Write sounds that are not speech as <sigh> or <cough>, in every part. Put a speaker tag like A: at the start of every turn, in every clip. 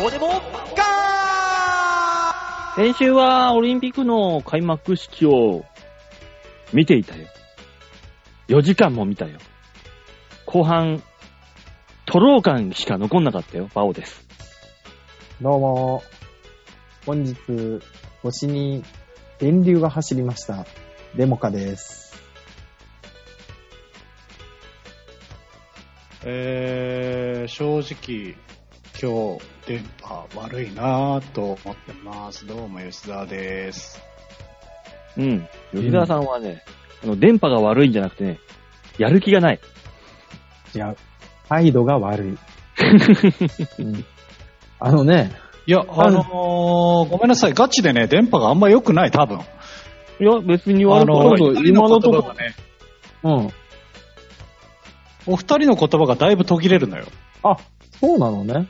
A: どうでもガー
B: 先週はオリンピックの開幕式を見ていたよ。4時間も見たよ。後半、トロー感しか残んなかったよ、バオです。
C: どうも。本日、星に電流が走りました。デモカです。
D: えー、正直、今日、電波悪いなぁと思ってます。どうも、吉沢です。
B: うん。吉沢さんはね、あの、電波が悪いんじゃなくてね、やる気がない。
C: 違う。態度が悪
B: <laughs>
C: い。うんあのね、
D: いや、あのー、ごめんなさい。ガチでね、電波があんま良くない、多分。
B: いや、別に
D: あ
B: 悪く
D: の
B: ない。
C: そ
D: ー
C: う、そう
D: 今のとこ
C: 今のとこ
D: ろね、
C: うん。
D: お二人の言葉がだいぶ途切れるのよ。
C: あ、そうなのね。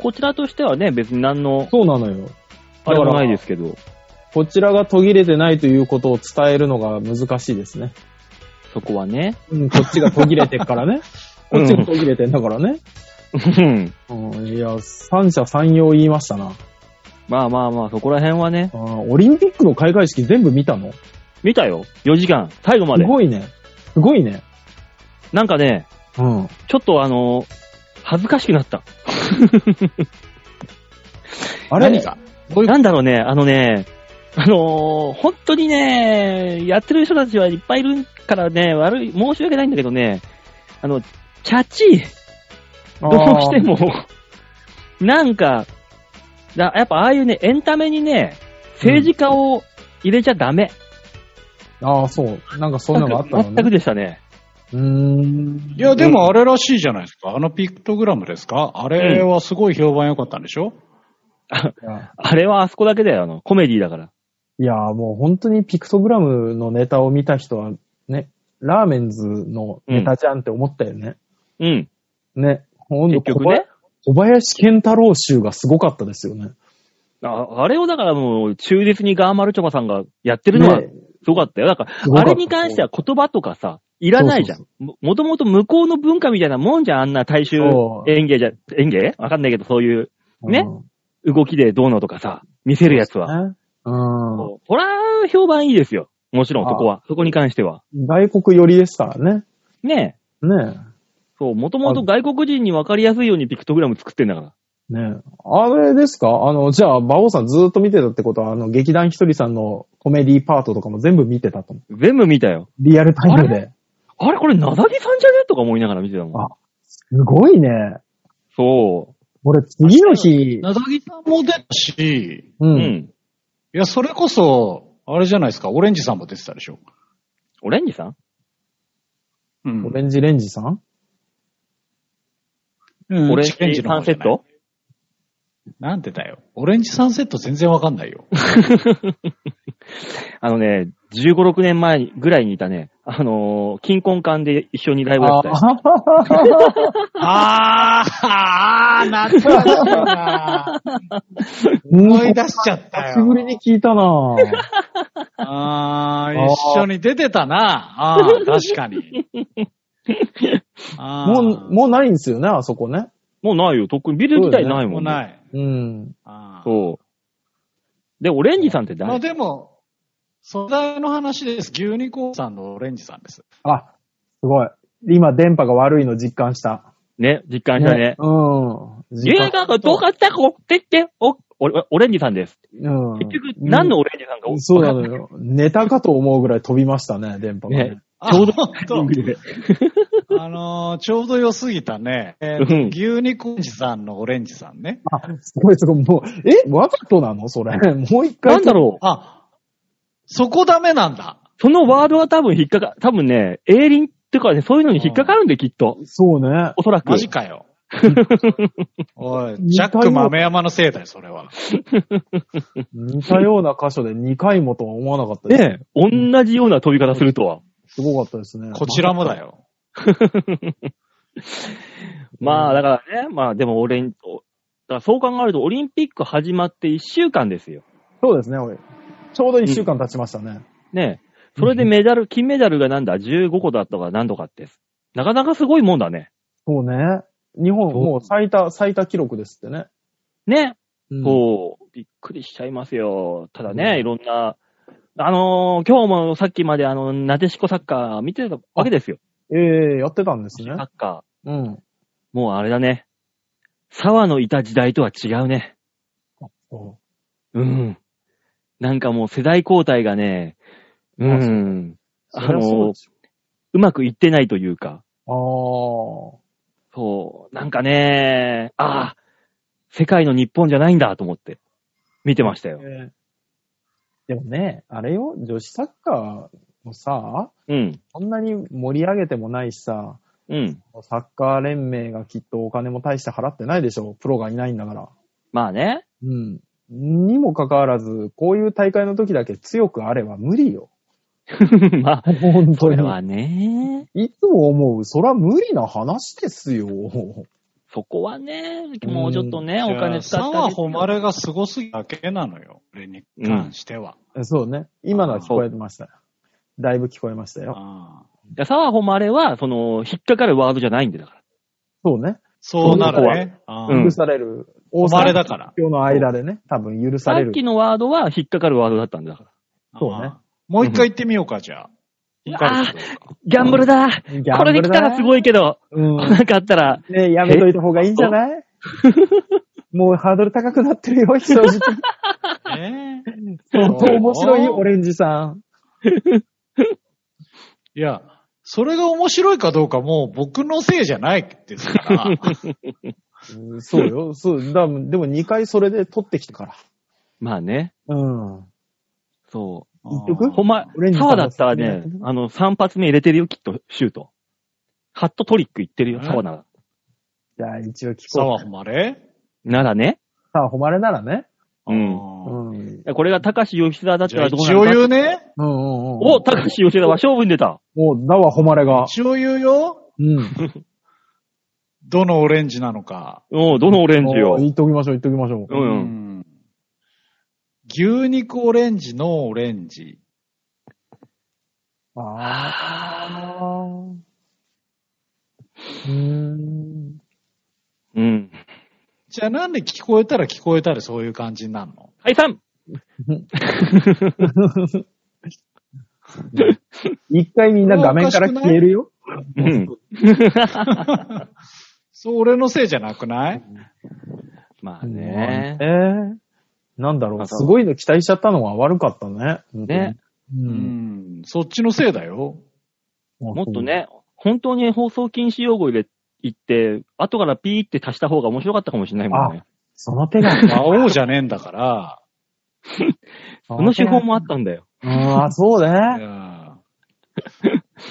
B: こちらとしてはね、別に何の、
C: そうなのよ。
B: あれもないですけど、
C: こちらが途切れてないということを伝えるのが難しいですね。
B: そこはね。
C: うん、こっちが途切れてっから
B: <laughs>
C: ね。こっちが途切れてんだからね。
B: うん
C: うん、いや、三者三様言いましたな。
B: <laughs> まあまあまあ、そこら辺はね、
C: あーオリンピックの開会式全部見たの
B: 見たよ。4時間、最後ますで。
C: ごいね。すごいね。
B: なんかね、
C: うん。
B: ちょっとあの、恥ずかしくな
C: <laughs>
B: った。
C: あれ
D: 何がどういう
B: なんだろうね、あのね、あのー本当にね、やってる人たちはいっぱいいるからね、悪い、申し訳ないんだけどね、あの、チャチい、どうしても、なんか、だやっぱああいうね、エンタメにね、政治家を入れちゃダメ。
C: あーあー、そう。なんかそんなのがあったのね。
B: 全くでしたね。
C: うーん。
D: いや、でもあれらしいじゃないですか。あのピクトグラムですかあれはすごい評判良かったんでしょ、
C: いや、
B: あれはあそこだけだよ、あの、コメディだから。
C: いやもう本当にピクトグラムのネタを見た人は、ね、ラーメンズのネタじゃんって思ったよね。
B: うん。
C: ね。ほんと
B: 結局ね。
C: 小林健太郎集がすごかったですよね。
B: ああれをだからもう、忠実にガーマルチョバさんがやってるのは
C: ね
B: すごかったよ。だから、
C: すごか
B: あ
C: った
B: れに関しては言葉とかさ、いらないじゃん。
C: そ
B: ももともと向こうの文化みたいなもんじゃん、あんな大衆
C: そう
B: 演芸じゃ、演芸わかんないけど、そういうね
C: うん
B: 動きでどうのとかさ、見せるやつは。
C: ねうん。
B: これは評判いいですよ。もちろん、
C: ああ
B: そこは。そこに関しては。
C: 外国寄りですからね。
B: ねえ。
C: ね
B: そう、もともと外国人にわかりやすいようにピクトグラム作ってんだから。
C: ねあれですかあの、じゃあ、馬王さんずーっと見てたってことは、あの、劇団ひとりさんのコメディパートとかも全部見てたと思う。
B: 全部見たよ。
C: リアルタイム
B: あ
C: で。
B: あれこれ、なだぎさんじゃねとか思いながら見てたもん
C: あ。すごいね。
B: そ
C: 俺、次の日、
D: なだぎさんも出たし、
C: う。
B: う。うんん。
D: いや、それこそ、あれじゃないですか。オレンジさんも出てたでしょ
B: オレンジさん
D: うん
C: オレンジレンジさん
D: うん
B: オレン
D: チキン
B: ジ
D: ジの
B: サ
D: 方
B: ンセ
D: じゃ
B: ッ
D: ない
B: ト
D: なんでだよ。オレンジサンセット全然わかんないよ。
B: あのね、15、6年前にぐらいにいたね、あのー、金婚館で一緒にライブやってたよ
D: あー、あー、懐かしいな。思い出しちゃった
C: 久しぶり
D: よ。
C: に聞いたなぁ。
D: あー、一緒に出てたな。あー、確かに。あー
C: もう、もうないんですよね、あそこね。
B: もうないよ。とっくにビル自体ない
D: も
B: も、
D: うん
B: ね
D: ない。
C: うん。
D: あー
B: そう。で、オレンジさんって
D: まあ
B: 誰
D: でも、素材の話です。牛肉王さんのオレンジさんです。
C: あ、すごい。今、電波が悪いの実感した。
B: ね、実感したね。
C: うん。
B: 映画がどうかったこってって、お、おオレンジさんです。
C: うん。
B: 結局、何のオレンジさんか
C: う
B: 分
C: んそうな
B: か
C: のよ。ネタかと思うぐらい飛びましたね、電波がね。
B: ねちょうど
D: あ
B: んない
D: あのーちょうど良すぎたね。えー
B: うん
D: 牛肉おじさんのオレンジさんね。
C: あ、すごいすごい。もう、え、わざとなのそ <laughs> れ。もう一回。
B: なんだろう。
D: あ、そこダメなんだ。
B: そのワードは多分引っかか、多分ね、エーリンっていうかね、そういうのに引っかかるんだよ、きっと。
C: そうね。
B: おそらく
D: マ。ジかよ。おい、ジャック豆山のせいだよ、それは。
C: 似たような箇所で2回もとは思わなかったです。
B: ね同じような飛び方するとは。
C: すごかったですね。
D: こちらもだよ。
B: まあ、だからね、まあでもオレンジ、おだからそう考えるとオリンピック始まって1週間ですよ。
C: そうですね、俺。ちょうど1週間経ちましたね。
B: ねそれでメダル、金メダルがなんだ、15個だとか何とかって。なかなかすごいもんだね。
C: そうね。日本、もう最多、最多記録ですってね。
B: ね、
C: うん
B: こう、びっくりしちゃいますよ。ただね、いろんな、あのー今日もさっきまであの、なでしこサッカー見てたわけですよ。
C: ええやってたんですね。
B: サッカ
C: うん。
B: ー。もうあれだね。沢のいた時代とは違うね。
C: そ
B: うん。なんかもう世代交代がね、う
C: あそ
B: ん。
C: う
B: あのーうまくいってないというか、
C: ああ。
B: そう、なんかね、ああ、世界の日本じゃないんだと思って、見てましたよ。
C: でもね、あれよ、女子サッカーもさ、
B: うん、
C: そんなに盛り上げてもないしさ、
B: うん。
C: サッカー連盟がきっとお金も大して払ってないでしょ、プロがいないんだから。
B: まあ <laughs> ね。
C: うん。にもかかわらず、こういう大会の時だけ強くあれば無理よ。
B: まあ、
C: 本
B: そ
C: 当
B: れ
C: に。
B: はね、
C: いつも思う、そら無理な話ですよ。
B: そこはね、もうちょっとね、お金使った
D: 沢
B: り。
D: 誉れがすごすぎただけなのよ。俺に関しては。
C: <laughs> そうね。今のは聞こえてましたよ。だいぶ聞こえましたよ。
D: ああ
B: いや沢誉れは、その、引っかかるワードじゃないんでだか
C: そうね。
D: そうなるね。ああ
B: うん
C: 許される。
D: 誉れだから。
C: 今日の間でね、多分許さ
B: ら。
C: れ
B: さっ
C: る。
B: きのワードは引っかかるワードだったんだから。
C: そうね
D: ああ。もう一回言ってみようか、じゃあ。
B: う
D: い
B: わ
D: かがでしょうか
B: ギャンブルだこれできたらすご
C: い。
B: いけど、
C: うん。
B: なんかあったら、
C: ね、やめといた方がいいんじゃない <laughs> もうハードル高くなってるよ、正直。
D: ねえ
C: 相当面白いよ、オレンジさん。
D: いや、それが面白いかどうかもう僕のせいじゃないですから。
C: うんそうよ、そう。だでも2回それで取ってきたから。
B: まあね、
C: うん。
B: そ
C: 言っとく
B: う。ほんま
C: オレン、ジさん
B: 沢だったら
C: が
B: ね
C: 好きな、
B: あの、3発目入れてるよ、きっと、シュート。ハットトリックいってるよ、
D: うん
B: 沢なら。
C: じゃあ一応聞こ
D: 沢誉れ
B: ならね。
C: う。さあ、誉れならね。
B: うん
C: う
D: ああ
C: ん。うん
B: これが高橋吉田だっ
D: じ
B: た
D: ゃあ
B: らどうな
D: 一
B: る
D: 応
B: か。
D: 言うね。
C: うんうんうん。
B: お、高橋吉田は勝負に出た。
C: おだわ、誉れが。
D: 一応言うよ。
C: うん。
D: どのオレンジなのか。
B: おどのオレンジ
C: お
B: よ。
C: 言っときましょう、言っときましょう
B: う。ん。
D: ん牛肉オレンジのオレンジ。
C: あ
B: あ
C: あ。うーん。
B: ーうん。
D: じゃあなんで聞こえたら聞こえたらそういう感じになるの
B: 解散
C: 一回みんな画面から消えるよ。
B: うん。
D: そう、俺のせいじゃなくない
B: まあね。
C: ええなんだろ
B: ま
C: う、
B: あ
C: すごいの期待しちゃったのが悪かったね。
B: ね。
C: う。
D: うんん。そっちのせいだ <laughs> よ。
C: も
B: もっと。ね、本当に放送禁止用語入れ、言って、後からピーって足した方が面白かったかもしれないもんね。
C: その手が。
D: 魔王じゃねえんだから。
B: この手法もあったんだよ。
C: うん。ああ、そうね。
D: いや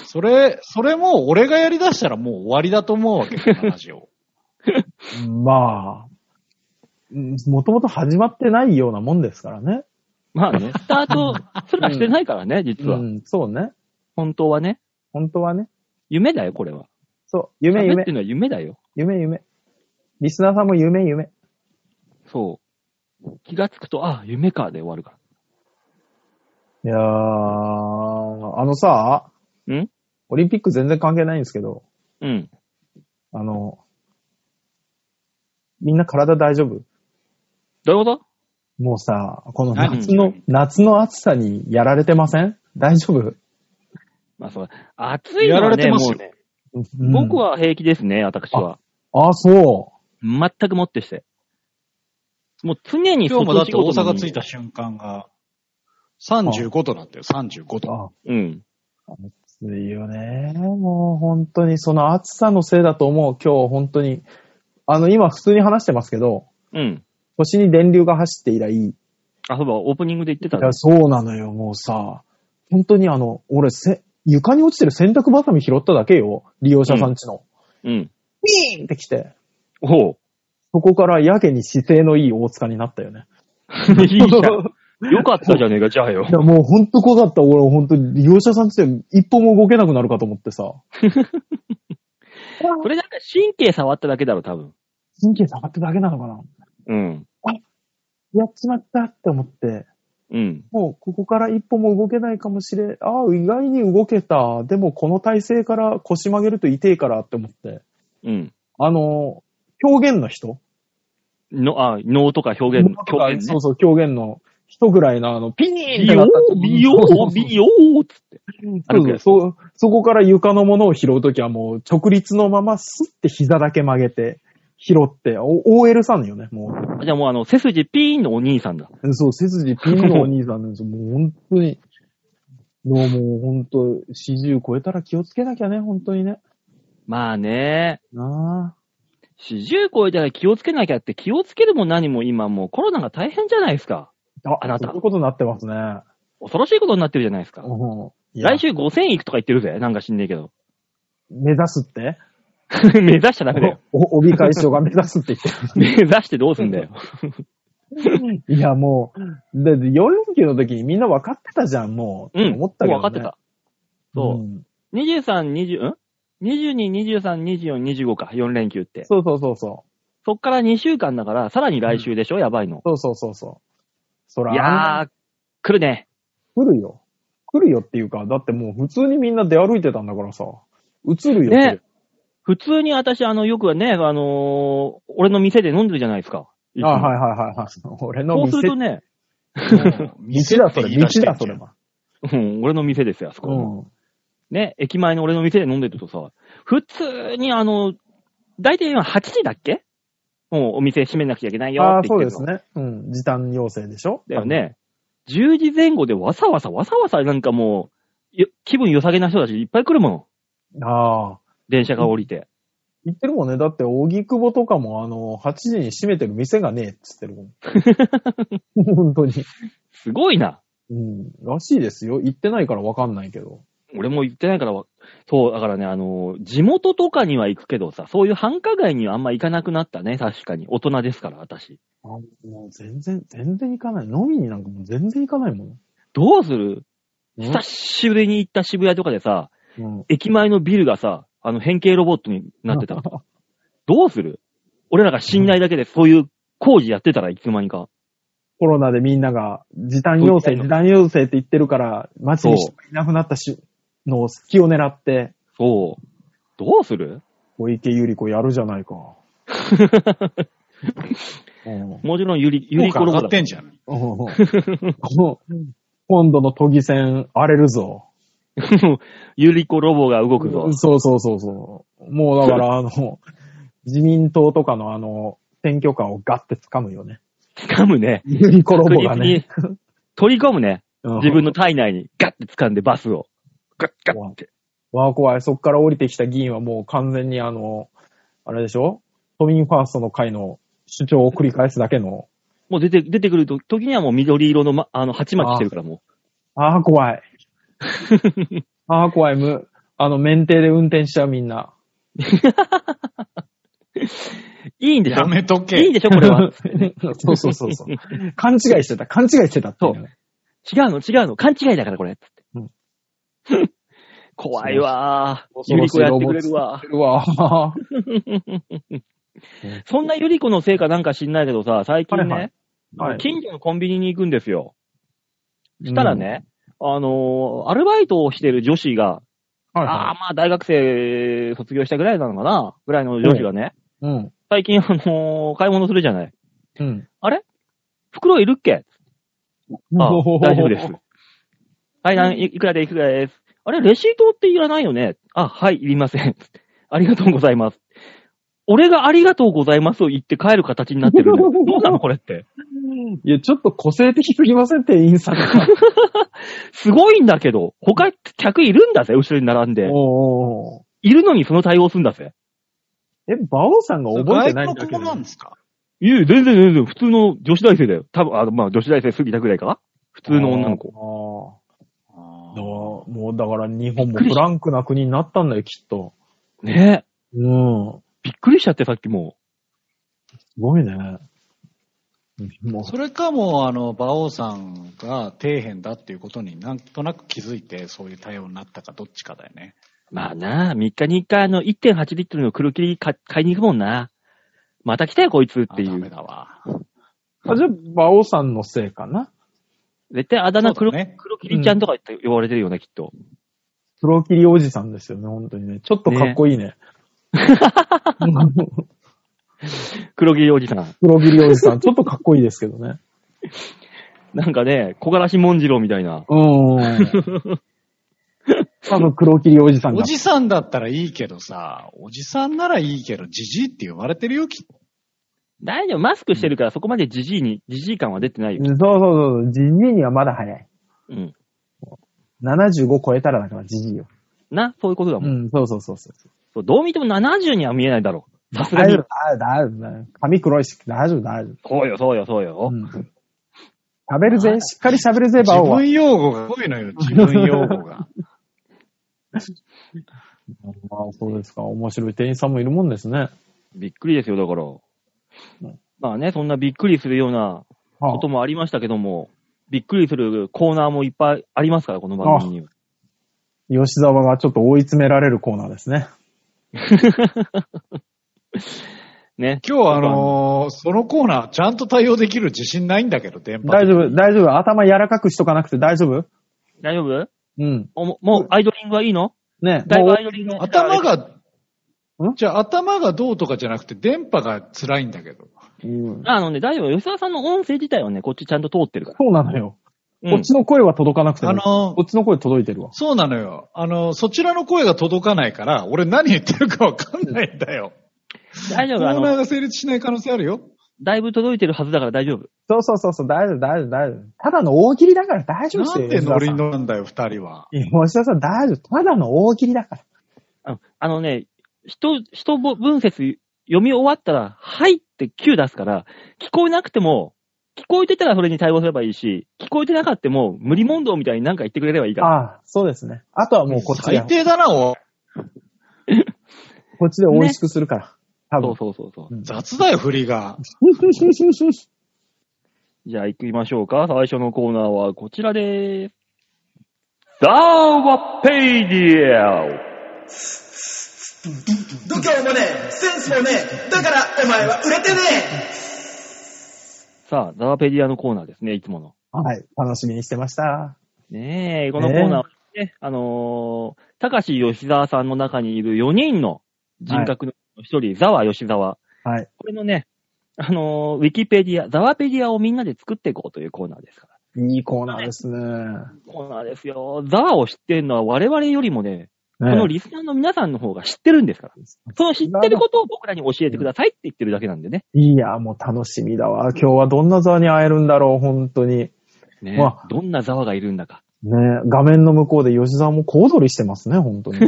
D: それ、それも俺がやり出したらもう終わりだと思うわけ、この話を。 <laughs>
C: まあ。もともと始まってないようなもんですからね。
B: まあ
C: <laughs>
B: ね、スタートすらしてないからね、実
C: う
B: は。
C: ん、そうね。
B: 本当はね。
C: 本当はね。
B: 夢だよ、これは。
C: そう。夢、
B: 夢っ
C: 夢
B: てい。うのは夢だよ。
C: 夢、夢。リスナーさんも夢、夢。
B: そう。気がつくと、あ、夢かで終わるか
C: いやー、あのさ、
B: ら。ん
C: オリンピック全然関係ないんですけど、
B: うん。
C: あの、みんな体大丈夫
B: どういうこと
C: もうさ、この
D: 何
C: 夏の、夏の暑さにやられてません大丈夫、
B: まあそう。暑いのは
D: やられて
B: ね、
D: ます
B: も
D: よ
B: うね、
C: うん
B: 僕。は平気ですね、私は。
C: あ、そ
B: 全くもってして。もう常に
D: 今日もだって
B: 外
D: 大
B: 仕事なの
D: 阪
B: に
D: 着いた。瞬間が、35度だったよ、35
C: う。
D: 度。
C: あ、
B: うん。
C: 暑いよね。もう本当に、その暑さのせいだと思う。今日本当に。あの、今普通に話してますけど、
B: うん。
C: 腰に電流が走って以来、い
B: あ、そうだ、オープニングで言ってたね
C: や、そうなのよ、もうさ、本当にあの、俺、せ、床に落ちてる洗濯バサミ拾っただけよ、利用者さんちの。
B: うん。
C: ピンってきて、
B: おう。
C: そこからやけに姿勢のいい大塚になったよね。
B: <laughs> いいじゃん。よかったじゃねえか、じゃあよ
C: い。や、もうほんとこだった。俺、ほんと、利用者さんちで一歩も動けなくなるかと
B: <laughs>
C: 思ってさ。
B: これなんか神経触っただけだろ、多分。
C: 神経下がってるだけなのかな
B: うん。
C: やっちまったって思って、
B: うん。
C: もうここから一歩も動けないかもしれん。ああ、意外に動けた。でもこの体勢から腰曲げると痛いからって思って。
B: うん。
C: あの、表現の人
B: の、あ、能とか表現、表現
C: そ
B: ね
C: う。そう、狂言の人ぐらいの、あの、ピニーンっ
B: ビ
C: て
B: ヨ
C: なっ
B: ー、
C: た
B: ビヨー、ビヨーっつって。
C: そうそうそうそこから床のものを拾うときはもう直立のままスッて膝だけ曲げて、拾って、お OL さんよね、も
B: じゃあもうあの、背筋ピーンのお兄さんだ。
C: う。そう、背筋ピンのお兄さんなんですよ。もう本当に。 <laughs> もうもう本当、40超えたら気をつけなきゃね、本当にね。
B: まあね、
C: なあ。
B: 40超えたら気をつけなきゃって気をつけるも何も今もうコロナが大変じゃないですか。
C: あ、
B: あなた
C: そういうことになってますね。
B: 恐ろしいことになってるじゃないですか。
C: うん。いや
B: 来週5000行くとか言ってるぜ。なんか知んねえけど。 <laughs>
C: 目指すって
B: 目指しちゃダメだよ。
C: おお帯解消が目指すって言っ
B: 目
C: て
B: 指してどうすんだよ。 <laughs>
C: いや、もう、だって4連休の時にみんな分かってたじゃん、もう。
B: うん。
C: 思ったけど、ね。
B: もう分かってた。そ
C: ん
B: う。23、20、ん ?22、23、24、25か。4連休って。
C: そうそうそうそ
B: そっから2週間だから、さらに来週でしょ、やばいの
C: う。。そうそうそうそう。そら、
B: いやー、来るね。
C: 来るよ。来るよっていうか、だってもう普通にみんな出歩いてたんだからさ。映るよ。
B: ね普通に私、あの、よくはね、あのー俺の店で飲んでるじゃないですか。
C: それあ、はい
B: い
C: はいはいはい。俺
B: つ
C: の
B: も。そう
C: 店。
B: するとね、
C: 道だそれ、道だそれは。
B: うん、俺の店ですよ、あそこ。
C: うん。
B: ね、駅前の俺の店で飲んでるとさ、普通にあの、大体今8時だっけもうお店閉めなくちゃいけないよ
C: あ
B: っ
C: あ、
B: て
C: そ
B: 言っ
C: う
B: て
C: で
B: るの
C: すね。うん。時短要請でしょ
B: だよ。ね。10時前後でわさわさわさわさなんかもう、よ気分良さげな人たちいっぱい来るもん。
C: ああ。
B: 電車が降りて。
C: 言ってるもんね。だって、大木久保とかも、あの、8時に閉めてる店がねえって言って
B: <laughs>
C: るもん。本当に。
B: すごいな。
C: うん。らしいですよ。行ってないからわかんないけど。
B: 俺も行ってないからわ、そう、だからね、あの、地元とかには行くけどさ、そういう繁華街にはあんま行かなくなったね、確かに。大人ですから、私。
C: あもう全然、全然行かない。飲みになんかもう全然行かないもん。
B: どうする
C: うん
B: 久しぶりに行った渋谷とかでさ、
C: うん。
B: 駅前のビルがさ、あの変形ロボットになってた
C: <laughs>
B: ら、どうする俺らが信頼だけでそういう工事やってたらいつの間にか。
C: コロナでみんなが時短要請、
B: そう
C: 時短要請って言ってるから、街に人
B: そ
C: がいなくなったし、の隙を狙って、
B: そう。どうする
C: 小池百合子やるじ
B: <laughs>
C: ゃないか。うん
B: もちろんゆり、ゆ
D: ゆ
B: り
D: り
B: こ
D: こ
B: ろ
D: ろ
B: ぼ
D: が
B: <laughs>
D: って
B: だ。
D: んじゃん。
C: うんこ今度の都議選荒れるぞ。
B: ゆりこロボが動くぞ。
C: そうそうそうそう。もうだから、あの、自民党とかのあの、選挙カーをガッて掴むよね。
B: 掴むね。
C: ユニコロ
B: 確
C: ボが
B: 実に
C: ね。
B: 取り込むね。自
C: 自
B: 分の体内にガッて掴んでバスを。ガッガッ。
C: わわあ怖い。そっから降りてきた議員はもう完全にあの、あれでしょ都民ファーストの会の主張を繰り返すだけの。
B: もう出て、出てくると時にはもう緑色の、ま、あの、鉢巻きしてるからも
C: ああ、怖い。ああ、怖い。む、あの、免停で運転しちゃうみんな。
B: う。いいんでしょ
D: やめと
B: いいん
D: け。
C: <laughs>
B: でしょこれは。
C: そうそうそうそう。勘違いしてた。勘違いしてたっていうね、
B: 違うの違うの勘違いだからこれ。つって
C: うん
B: 怖いわー。
C: 恐
B: ゆ
C: ろ
B: り
C: しい
B: こやってくれるわ。
C: うわあ。
B: そんなゆりこのせいかなんか知んないけどさ、最近ね、
C: はいはいはい
B: 近所のコンビニに行くんですよ。したらね、あのーアルバイトをしてる女子が、
C: うん。はい
B: ああ
C: は
B: ー、まあ大学生卒業したぐらいなのかなぐらいの女子がね、
C: い。うん。
B: 最近、あのー買い物するじゃない。
C: うん。
B: 袋いるっけあ
C: おー
B: 大丈夫です。はい、なんいいくらでいくらです。あれ、レシートっていらないよねあ、はい、いりません。 <laughs> ありがとうございます。俺がありがとうございますを言って帰る形になってるん
C: <laughs>
B: だよどうなのこれって。
C: いや、ちょっと個性的すぎません <laughs> 店員さんが。
B: すごいんだけど、他客いるんだぜ、後ろに並んで。
C: おーおーおー
B: いるのにその対応すんだぜ。
C: え、馬王さんが覚えてないんだけ
D: 外国
C: ど
D: 語な。んですか
B: いや、全然全然、普通の女子大生だよ。多分、あの、まあ、女子大生過ぎたぐらいかな普通の女の子。
C: 子。あ
D: あ
C: あ
D: ー
C: もうだから日本もブランクな国になったんだよ、きっと。
B: ねえ。
C: うん。
B: びっくりしちゃって、さっきも
C: すごいね。も
D: それかもう、あの、馬王さんが底辺だっていうことになんとなく気づいて、そういう対応になったかどっちかだよね。
B: う。まあな、3日に1回、あの、1.8リットルの黒切り買買いに行くもんな。また来たよ、こいつっ
D: あ
B: てい
D: ダメ
B: う。
D: だわ。
C: う、あじゃあ、馬王さんのせいかな。
B: 絶対あだ名
D: そう
B: 黒、
D: だね
B: 黒切りちゃんとかって呼ばれてるよね、きっと。
C: 黒切り <laughs> おじさんですよね、本当にね。ちょっとかっこいいね。
B: 黒切おじさん。
C: 黒切りおじさん、ちょっとかっこいいですけどね。
B: なんかね、小柄しもんじろうみたいな。
C: うーん。多分黒切りおじさん
D: お
C: が。
D: じさんだったらいいけどさ、おじさんならいいけど、じじいって言われてるよ、きっと。
B: 大丈夫、マスクしてるからそこまでじじいに、じじい感は出てないよ。
C: そうそうそう、じじいにはまだ早い。
B: うん。
C: 75超えたらだからじじいよ。
B: な、そういうことだもん。
C: ん、そうそうそうそう。
B: そうどう見ても70には見えないだろう。さすが
C: 大
B: に
C: 丈夫、。大丈夫、大丈夫。髪黒いし、大丈夫、大丈
B: そうよ、そうよ、そうよ。
C: 夫。うん喋るぜ、しっかり喋るぜ、バオ
D: 自
C: は。
D: 分用語が多いの
C: <laughs>
D: よ、自分用語が。
C: まあ、そうですか。面白い店員さんもいるもんですね。
B: びっくりですよ、だから
C: ん。
B: まあね、そんなびっくりするような
C: は
B: こともありましたけども、びっくりするコーナーもいっぱいありますから、この番組には。
C: 吉沢がちょっと追い詰められるコーナーですね。
B: <laughs> ね。
D: 今日あのーそのコーナーちゃんと対応できる自信ないんだけど、電波。
C: 大丈夫、大丈夫。頭柔らかくしとかなくて大丈夫
B: 大丈夫
C: うん。
B: おももうアイドリングはいいの
C: ね
B: だいぶ
C: もう
B: アイドリング
D: 頭が
C: ん、
D: じゃあ頭がどうとかじゃなくて、電波が辛いんだけど。
C: うん
B: あのね、大丈夫。吉沢さんの音声自体はね、こっちちゃんと通ってるから。
C: そうなのよ。
B: う
C: こっ
B: ん
C: ちの声は届かなくても、
D: あの
C: こっちの声届いてるわ。
D: そうなのよ。あのーそちらの声が届かないから、俺何言ってるかわかんないんだよ。
B: 大丈
D: コー
B: 夫。あ
D: ナー
B: の、
D: が成立しない可能性あるよ。
B: だいぶ届いてるはずだから大丈夫。
C: そうそうそうそう、大丈夫、大丈夫、大丈夫。ただの大喜利だから大丈夫で
D: な
C: すよ。
D: んでノリ
C: 吉田さん
D: ノリなんだよ、二人は。
C: いや吉田さん大丈夫。ただの大喜利だから。
B: あのあのね、人、人分節読み終わったら、はいって Q 出すから、聞こえなくても、聞こえてたらそれに対応すればいいし、聞こえてなかったも、無理問答みたいになんか言ってくれればいいから。
C: ああ、そうですね。あとはもうこっちで
D: 最、低だな、おい
C: こっちで美味しくするから。
B: そ
C: 多 <laughs>
B: う
C: 分。
B: そうそうそう。
C: うん
D: 雑だよ、振りが。
B: じゃあ行きましょうか。最初のコーナーはこちらでーす。ザワペディア
A: 度胸もねえセンスもねえだからお前は売れてね
B: さあ、ザワペディアのコーナーですね、いつもの。
C: はい。楽しみにしてました。
B: ねえ、このコーナーはね、あのー、高橋吉沢さんの中にいる4人の人格の一人、ザワ吉沢。
C: はい。
B: これのね、あのー、ウィキペディア、ザワペディアをみんなで作っていこうというコーナーですから。
C: いいコーナーですね。
B: コーナーですよ。ザワを知ってるのは我々よりもね、この
C: ね
B: リスナーの皆さんの方が知ってるんですから。その知ってることを僕らに教えてくださいって言ってるだけなんでね。
C: いや、もう楽しみだわ。今日はどんな座に会えるんだろう、本当に。
B: ね
C: うわ
B: どんなザワがいるんだか。
C: ね画面の向こうで吉沢も小躍りしてますね、本 <laughs> 当に。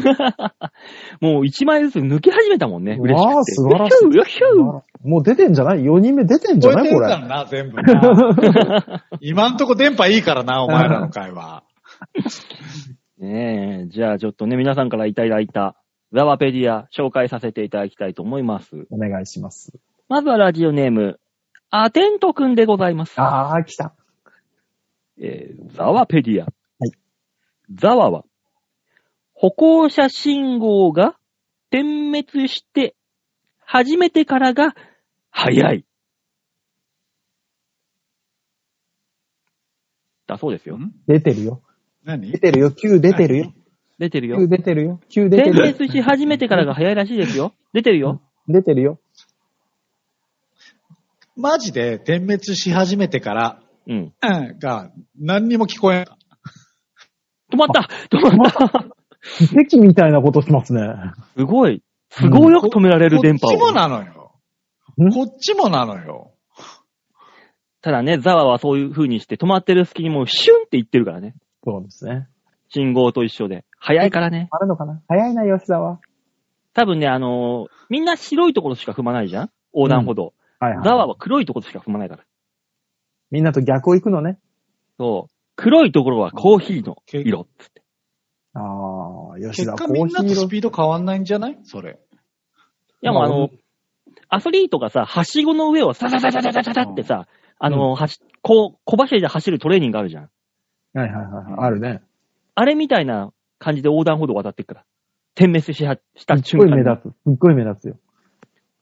B: もう一枚ずつ抜き始めたもんね。嬉し
C: わあ、素晴らしい。
B: くて。よっしょよっしょ
C: もう出てんじゃない ?4 人目出てん <laughs> じゃ
D: 超
C: な
D: え
C: い
D: てる
C: こ
D: から
C: れ。
D: な、全部
C: <laughs>
D: な今んとこ電波いいからな、お前らの会話。
B: ねえ、じゃあちょっとね、皆さんからいただいたザワペディア紹介させていただきたいと思います。
C: お願いします。
B: まずはラジオネーム、アテントくんでございます。
C: あー、来た。
B: えーザワペディア。
C: い
B: ザワは、歩行者信号が点滅して、初めてからが早い。だそうですよ。
D: ん
C: 出てるよ。
D: 何
C: 出てるよ。9出てるよ。
B: 出てるよ
C: 9。出てるよ。9出て
B: 点
C: るよ。
B: 滅し始めてからが早いらしいですよ。出てるよ。
C: 出てるよ。
D: マジで点滅し始めてから、
B: うん。
D: うんが、何にも聞こえん。
B: 止まった止まった
C: 敵みたいなことしますね。
B: すごい。すごいよく止められる電波
D: こっちも
B: を。
D: なのよ。
C: ん
D: こっちもなのよ。
B: ただね、ザワはそういう風にして止まってる隙にもうシュンって言ってるからね。
C: そうですね。
B: 信号と一緒で。早いからね。
C: あるのかな早いな、吉沢。
B: 多分ね、あのーみんな白いところしか踏まないじゃん横断歩道。
C: はい
B: ザ
C: は
B: ワ
C: い。
B: は黒いところしか踏まないから。
C: みんなと逆を行くのね。
B: そう。黒いところはコーヒーの色。つって。
C: あー、吉
D: 結
C: 沢、
D: 果
C: コ
D: み
C: ー
D: ん
C: ヒ
D: な
C: ー
D: とス
C: 色。
D: ピード変わんないんじゃないそれ。
B: いやもうあ
C: ま
B: の
C: あ、
B: アスリートがさ、はしごの上をササササササササってさ、あのーはし、こう、小走りで走るトレーニングあるじゃん。
C: はいはいはいはい。あるね。
B: あれみたいな感じで横断歩道を渡ってくから。点滅しはした
C: すっ
B: 瞬
C: ごい
B: 間
C: 目
B: に。
C: 立つ。すっごい目立つよ。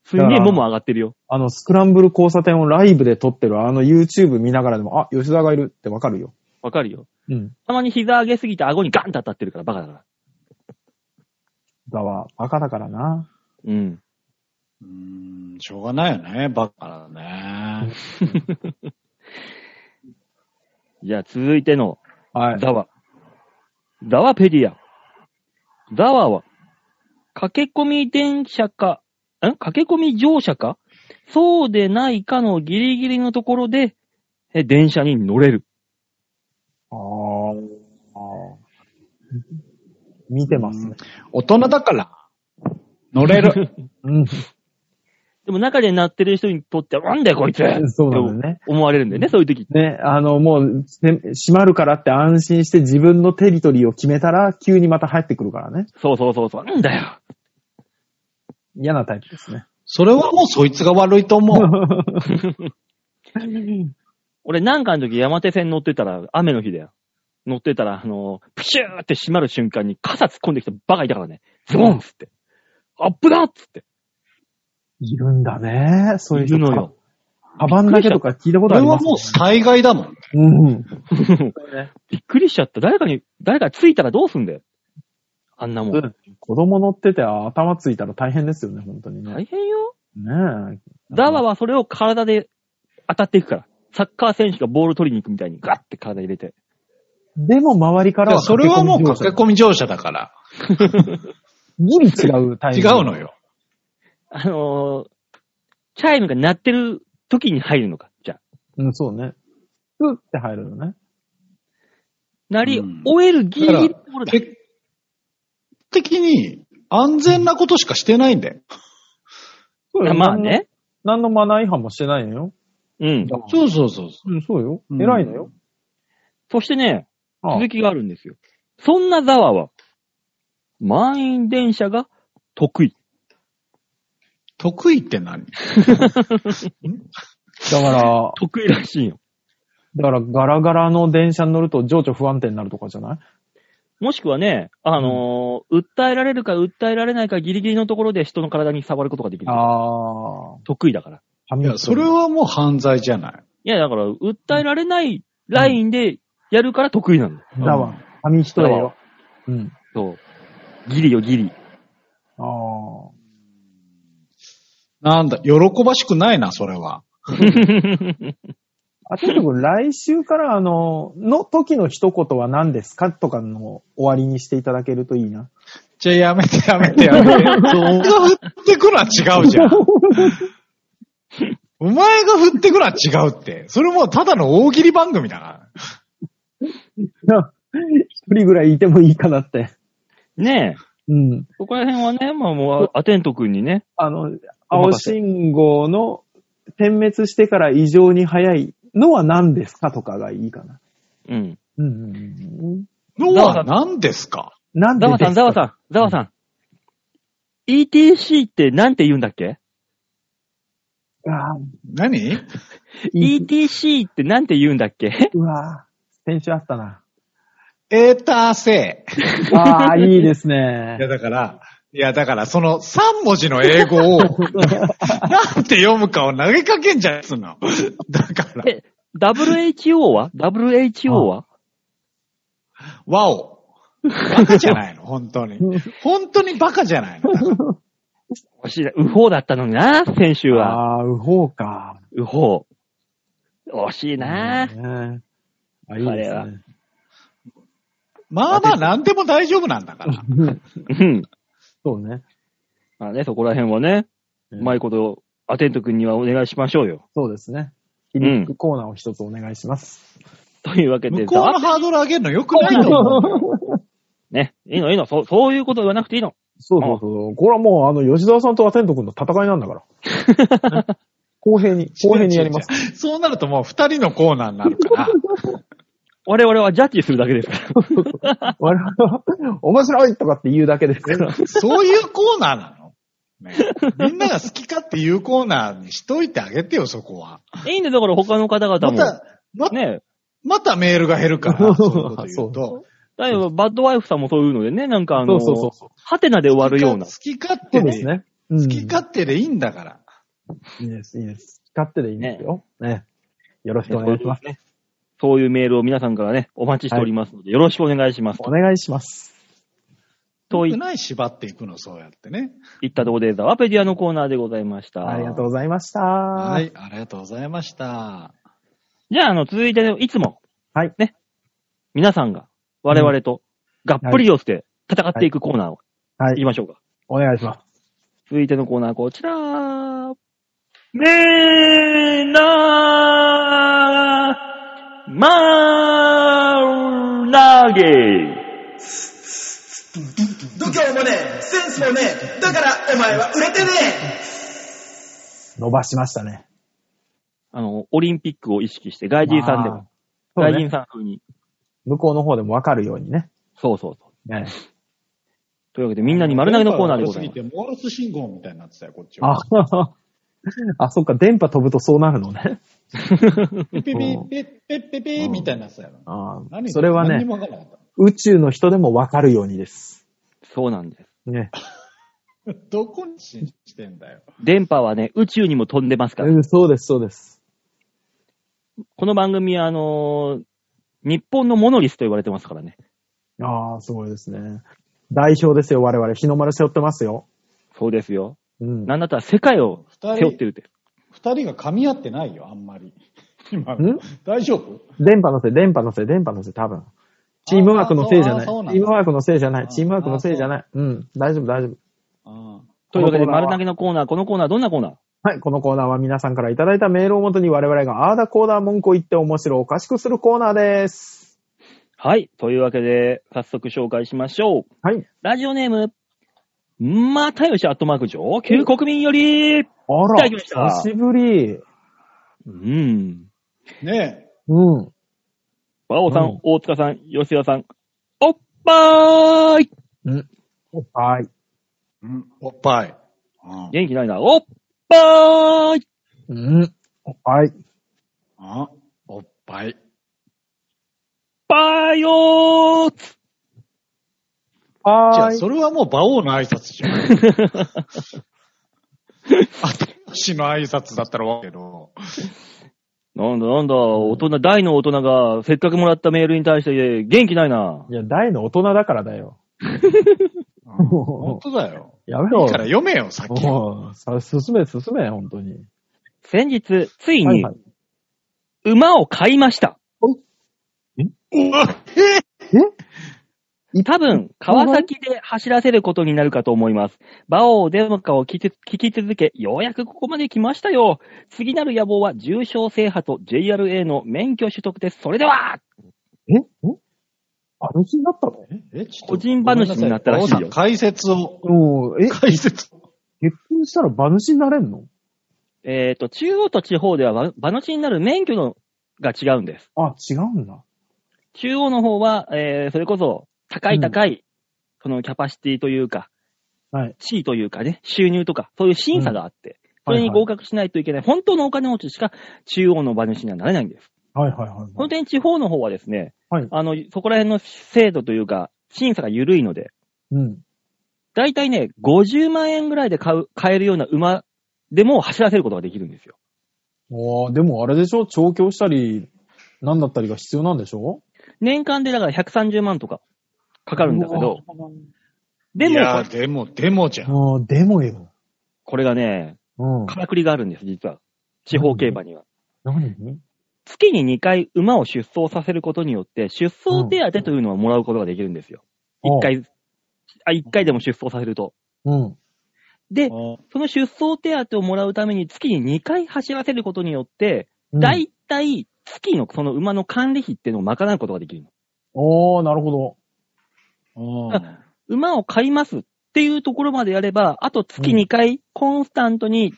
B: すんげえもも上がってるよ。
C: あの、スクランブル交差点をライブで撮ってるあの YouTube 見ながらでも、あ、吉沢がいるってわかるよ。
B: わかるよ。
C: うん。
B: たまに膝上げすぎて顎にガンと当たってるから、バカだから。
C: だわ、バカだからな。
B: うん。
D: うーんしょうがないよね、バカだね。
B: じゃあ続いての
C: はい。
B: ザワ。ザワペディア。ザワは、駆け込み電車か、ん駆け込み乗車かそうでないかのギリギリのところで、え電車に乗れる。
C: あーあー。見てますね。
D: 大人だから、乗
B: <laughs>
D: れる。
C: うん。
B: でも中で鳴ってる人にとっては、なんだよこいつ
C: <laughs> そうなんだよね。
B: 思われるんだよね、そういう時。
C: ね、あの、もう、ね閉まるからって安心して自分のテリトリーを決めたら、急にまた入ってくるからね。
B: そうそうそうそう、なんだよ。
C: 嫌なタイプですね。
D: それはもうそいつが悪いと思う。
B: 俺なんかの時山手線乗ってたら、雨の日だよ。乗ってたら、あの、プシューって閉まる瞬間に傘突っ込んできたバカいたからね。ズボンっつって。アップだっつって。
C: <laughs> いるんだね。そういう
B: いる
C: 人。
B: のよ。
C: カバンだけとか聞いたこ
D: こと
C: あ
D: れ
C: りま
D: は
C: す、
D: もう災害だもん。
C: うん。
B: びっくりしちゃった。誰かに、誰かついたらどうすんだよ。あんなもん。
C: うん子供乗ってて頭ついたら大変ですよね、本当にね。
B: 大変よ。
C: ねえ。
B: ダワはそれを体で当たっていくから。サッカー選手がボール取りに行くみたいにガッて体入れて。
C: でも周りからは
D: それはもう駆
C: 駆
D: け
C: け込
D: 込み乗車だから。
C: み乗車。ギリ違うタイ
D: 違
C: プ。
D: うのよ。
B: あのー、チャイムが鳴ってる時に入るのか。じゃあ。
C: うん、そうね。スッって入るのね。
B: なり
D: うん
B: 終えるギリギリのところだ。
D: 結果的に安全なことしかしてないんだよ。
C: そう
B: いや
C: よ
B: まあ。ね。
C: 何のマナー違反もしてないのよ。
B: うん。
D: そうそうそう。
C: うん、そうよ。
D: うん
C: 偉いのよ。
B: そしてね、
C: ああ
B: 続きがあるんですよ。そんなザワは、満員電車が得意。
D: 得意って何
C: だから、
B: 得意らしいよ。
C: だからガラガラの電車に乗ると情緒不安定になるとかじゃない
B: もしくはね、あのー訴えられるか訴えられないかギリギリのところで人の体に触ることができる。
C: あ
B: 得意だから。
C: あ。
D: いや、それはもう犯罪じゃない。
B: いや、だから、訴えられないラインでやるから得意なんだよ。
C: だわ。紙一重よ。うん。
B: そう。ギリよ、ギリ。
C: ああ。
D: なんだ、喜ばしくないな、それは。
C: あとで
B: <laughs>
C: も来週からあの、の時の一言は何ですかとかの終わりにしていただけるとい
B: <laughs>
C: いな。
D: じゃあやめてやめてやめて。お前が振ってくのは違うじゃん。お前が振ってくのは違うって。それもうただの大喜利番組だな。
C: 一人ぐらいいてもいいかなって。
B: ねえ。
C: うん。
B: そこら辺はね、まあもう、アテント君にね。
C: あの、
B: お
C: 青
B: 任せ
C: 信号の点滅してから異常に早いのは何ですかとかがいいかな。
B: うん。
C: うんうんうん。
D: のは何ですか
C: なんで
B: ザワ
C: です
B: さ
C: か
B: ん、ザワさん、ザワさん。ETC ってなんて言うんだっけ
C: うわぁ
D: 何
B: ?ETC ってなんて言うんだっけ <laughs>
C: うわぁ先週あったな。
D: エーターセー。
C: ああ、い
B: <laughs>
C: いです
D: いや、
C: ね。
D: だから、いや、だから、その3文字の
B: <laughs>
D: 英語を、なんて読むかを投げかけんじゃんすんの。だから、
B: え、WHO は ?WHO は
D: わお。バカじゃないの、本当に。本当にバカじゃないの。
B: 惜しいな。ウホーだったのにな、先週は。
C: ああ、うほうか。
B: ウホー。惜しいな。
C: ねあ、いいで
B: これは
C: すね。
D: まあまあ、なんでも大丈夫なんだから。
B: うん。
C: そうね。
B: まあね、そこら辺はね、
C: う
B: うんまいこと、アテント君にはお願いしましょうよ。
C: そうですね。
B: う
C: フ
B: ん
C: リックコーナーを一つお願いします。
B: というわけで、
D: 向こうのハードル上げるのよくないと思うよ。
B: <laughs> ね、いいのいいの、そう、そういうこと言わなくていいの。
C: そうそうそう。これはもう、あの、吉沢さんとアテント君の戦いなんだから。ね公平に、公平にやります。
D: <laughs> 違う違う違う。そうなるともう二人のコーナーになるから。
B: 我々はジャッジするだけですから。
C: 我々は、面白いとかって言うだけですから。
D: そういうコーナーなの、ねみんなが好きかっていうコーナーにしといてあげてよ、そこは。
C: <laughs>
B: いいんだよ、だから他の方々
D: ま
B: も。
D: た、ま、
B: ね、
D: またメールが減るから、そういうこと言うと。
B: だいぶバッドワイフさんもそういうのでね、なんかあ
C: そ
B: の、
C: うそうそうそう。
B: ハテナで終わるような
D: 好。き勝
C: そ
D: 手
C: う
D: で
C: ですね。
D: 好
C: 好
D: き勝手でいいんだから。
C: いいです、いいです。勝手でいいんですよ。ね。よろしくお願いします。
B: そういうメールを皆さんからね、お待ちしておりますので、よろしくお願いします。
C: お願いします。
B: と
D: 良
B: い
D: くない縛っていくの、そうやってね。
B: ったところで、ザワペディアのコーナーでございました。
C: ありがとうございました。
D: は、
C: はい
D: ありがとうございました。
B: じゃあ、あの、続いてね、いつも、
C: はい。
B: ね。皆さんが、我々と、がっぷり四つで戦っていくコーナーを、
C: はい
B: いきましょうか。
C: お願いします。
B: 続いてのコーナー、こちら。みんなまー投げ
A: 度胸もねえ、センスもねえ、だからお前は売れてね
C: 伸ばしましたね。
B: あの、オリンピックを意識して、外人さんでも、
C: まあ。
B: 外
C: そう
B: 人
C: ね
B: さん風に。
C: 向こうの方でもわかるようにね。
B: そうそうそう。
C: ね
B: というわけで、みんなに丸投げのコーナーでございます。
D: すぎて、モールス信号みたいになってたよ、こっちは。
C: あ、あ、そっか、電波飛ぶとそうなるのね。
D: ピピピ、ピッピッピッピッみたいになってたよ。
C: あー
D: 何言って
C: それは
D: 何に
C: ね、
D: もわからなかっ
C: 宇宙の人でもわかるようにです。
B: そうなんです。
C: <laughs> ね。
D: た。どこに信じてんだよ。
B: 電波はね、宇宙にも飛んでますから。
C: うんそうです、そうです。
B: この番組は、あのー日本のモノリスと言われてますからね。
C: ああ、すごいですね。代表ですよ、我々。日の丸背負ってますよ。
B: そうですよ。
C: うん。
B: なんだったら世界を
D: 二
B: 背負って
D: 人、
B: るって。
D: 二人が噛み合ってないよ、あん
B: <laughs>
D: まり。今
C: ん、
D: 大丈夫
C: 電波のせい、電波のせい、電波のせい、多分。チームワークのせいじゃない。チ
D: そうあーそうなんだ
C: ームワークのせいじゃな
D: あ
C: い。
D: ー
C: チームワークのせいじゃない。うん。大丈夫、大丈夫。
D: ああ
B: というわけで、
C: このコーナーは
B: 丸投げのコーナー、このコーナーどんなコーナー
C: はい。このコーナーは皆さんからいただいたメールをもとに我々があーだこーだ文句を言って面白おかしくするコーナーです。
B: はい。というわけで、早速紹介しましょう。
C: はい。
B: ラジオネーム、またよしアットマーク上級国民より、う
C: あ
B: いた
C: ら、
B: だきました
C: 久しぶり。
B: ん。
D: ねえ。
C: うん。
B: バオさん、
C: うん
B: 大塚さん、吉田さん、おっぱーい
C: はい。
D: うん、おっぱい。うん
B: 元気ないな、おっぱーい
C: うん。はい。
D: あおっぱい。
B: ぱーよーつ
D: じゃあ、
C: はーい。
D: それはもう馬王の挨
B: <laughs>
D: 拶じゃん。あと、私の挨拶だったらわかるけど。
B: なんだなんだ、大人、大の大人が、せっかくもらったメールに対して、元気ないな。
C: いや、大の大人だからだよ。
D: うん本当だよ。
C: やめ
D: い
C: ろ。
D: いから読めよ、さっき。
C: もう、さ進め、進め、本当に。
B: 先日、つい
C: はい
B: に
C: はい、
B: 馬を買いました。
D: うわ
B: 多分、川崎で走らせることになるかと思います。馬王デモカを聞き聞き続け、ようやくここまで来ましたよ。次なる野望は重症制覇と JRA の免許取得です。それでは
C: えんあの日になったの
D: えちょっと
B: 個人話になったらしいよ
D: ごめんなさ馬王さん解説を。
C: うん。え、
D: 解説を。
C: 結婚したら馬主になれんの
B: えっ、と、中央と地方では馬馬主になる免許のが違うんです。
C: あ、違うんだ。
B: 中央の方は、えー、それこそ、高い高い、そのキャパシティというか、
C: はい。
B: 地位というかね、収入とか、そういう審査があって、それに合格しないといけない、本当のお金持ちしか中央の馬主にはなれないんです。
C: はいはいはいは
B: 本
C: い。
B: 当に地方の方はですね、
C: はい
B: あの、そこら辺の制度というか、審査が緩いので、
C: うん。
B: だいたいね、50万円ぐらいで買う、買えるような馬でも走らせることができるんですよ。
C: おーでもあれでしょ調教したり、なんだったりが必要なんでしょ
B: 年間でだから130万とかかかるんだけど、で
D: い
B: も、
D: や、でも、でもじゃん。
C: ああ、でもよ。
B: これがね、
C: うん。
B: からくりがあるんです、実は。地方競馬には。
C: 何
B: 月に2回馬を出走させることによって、出走手当というのをもらうことができるんですよ。
C: うん
B: 1回、あ、1回でも出走させると。
C: うん。
B: で、
D: お
B: その出走手当をもらうために月に2回走らせることによって、
C: うん
B: だいたい月のその馬の管理費っていうのを賄うことができるの。
C: おー、なるほど。
D: お
B: 馬を買いますっていうところまでやれば、あと月2回コンスタントに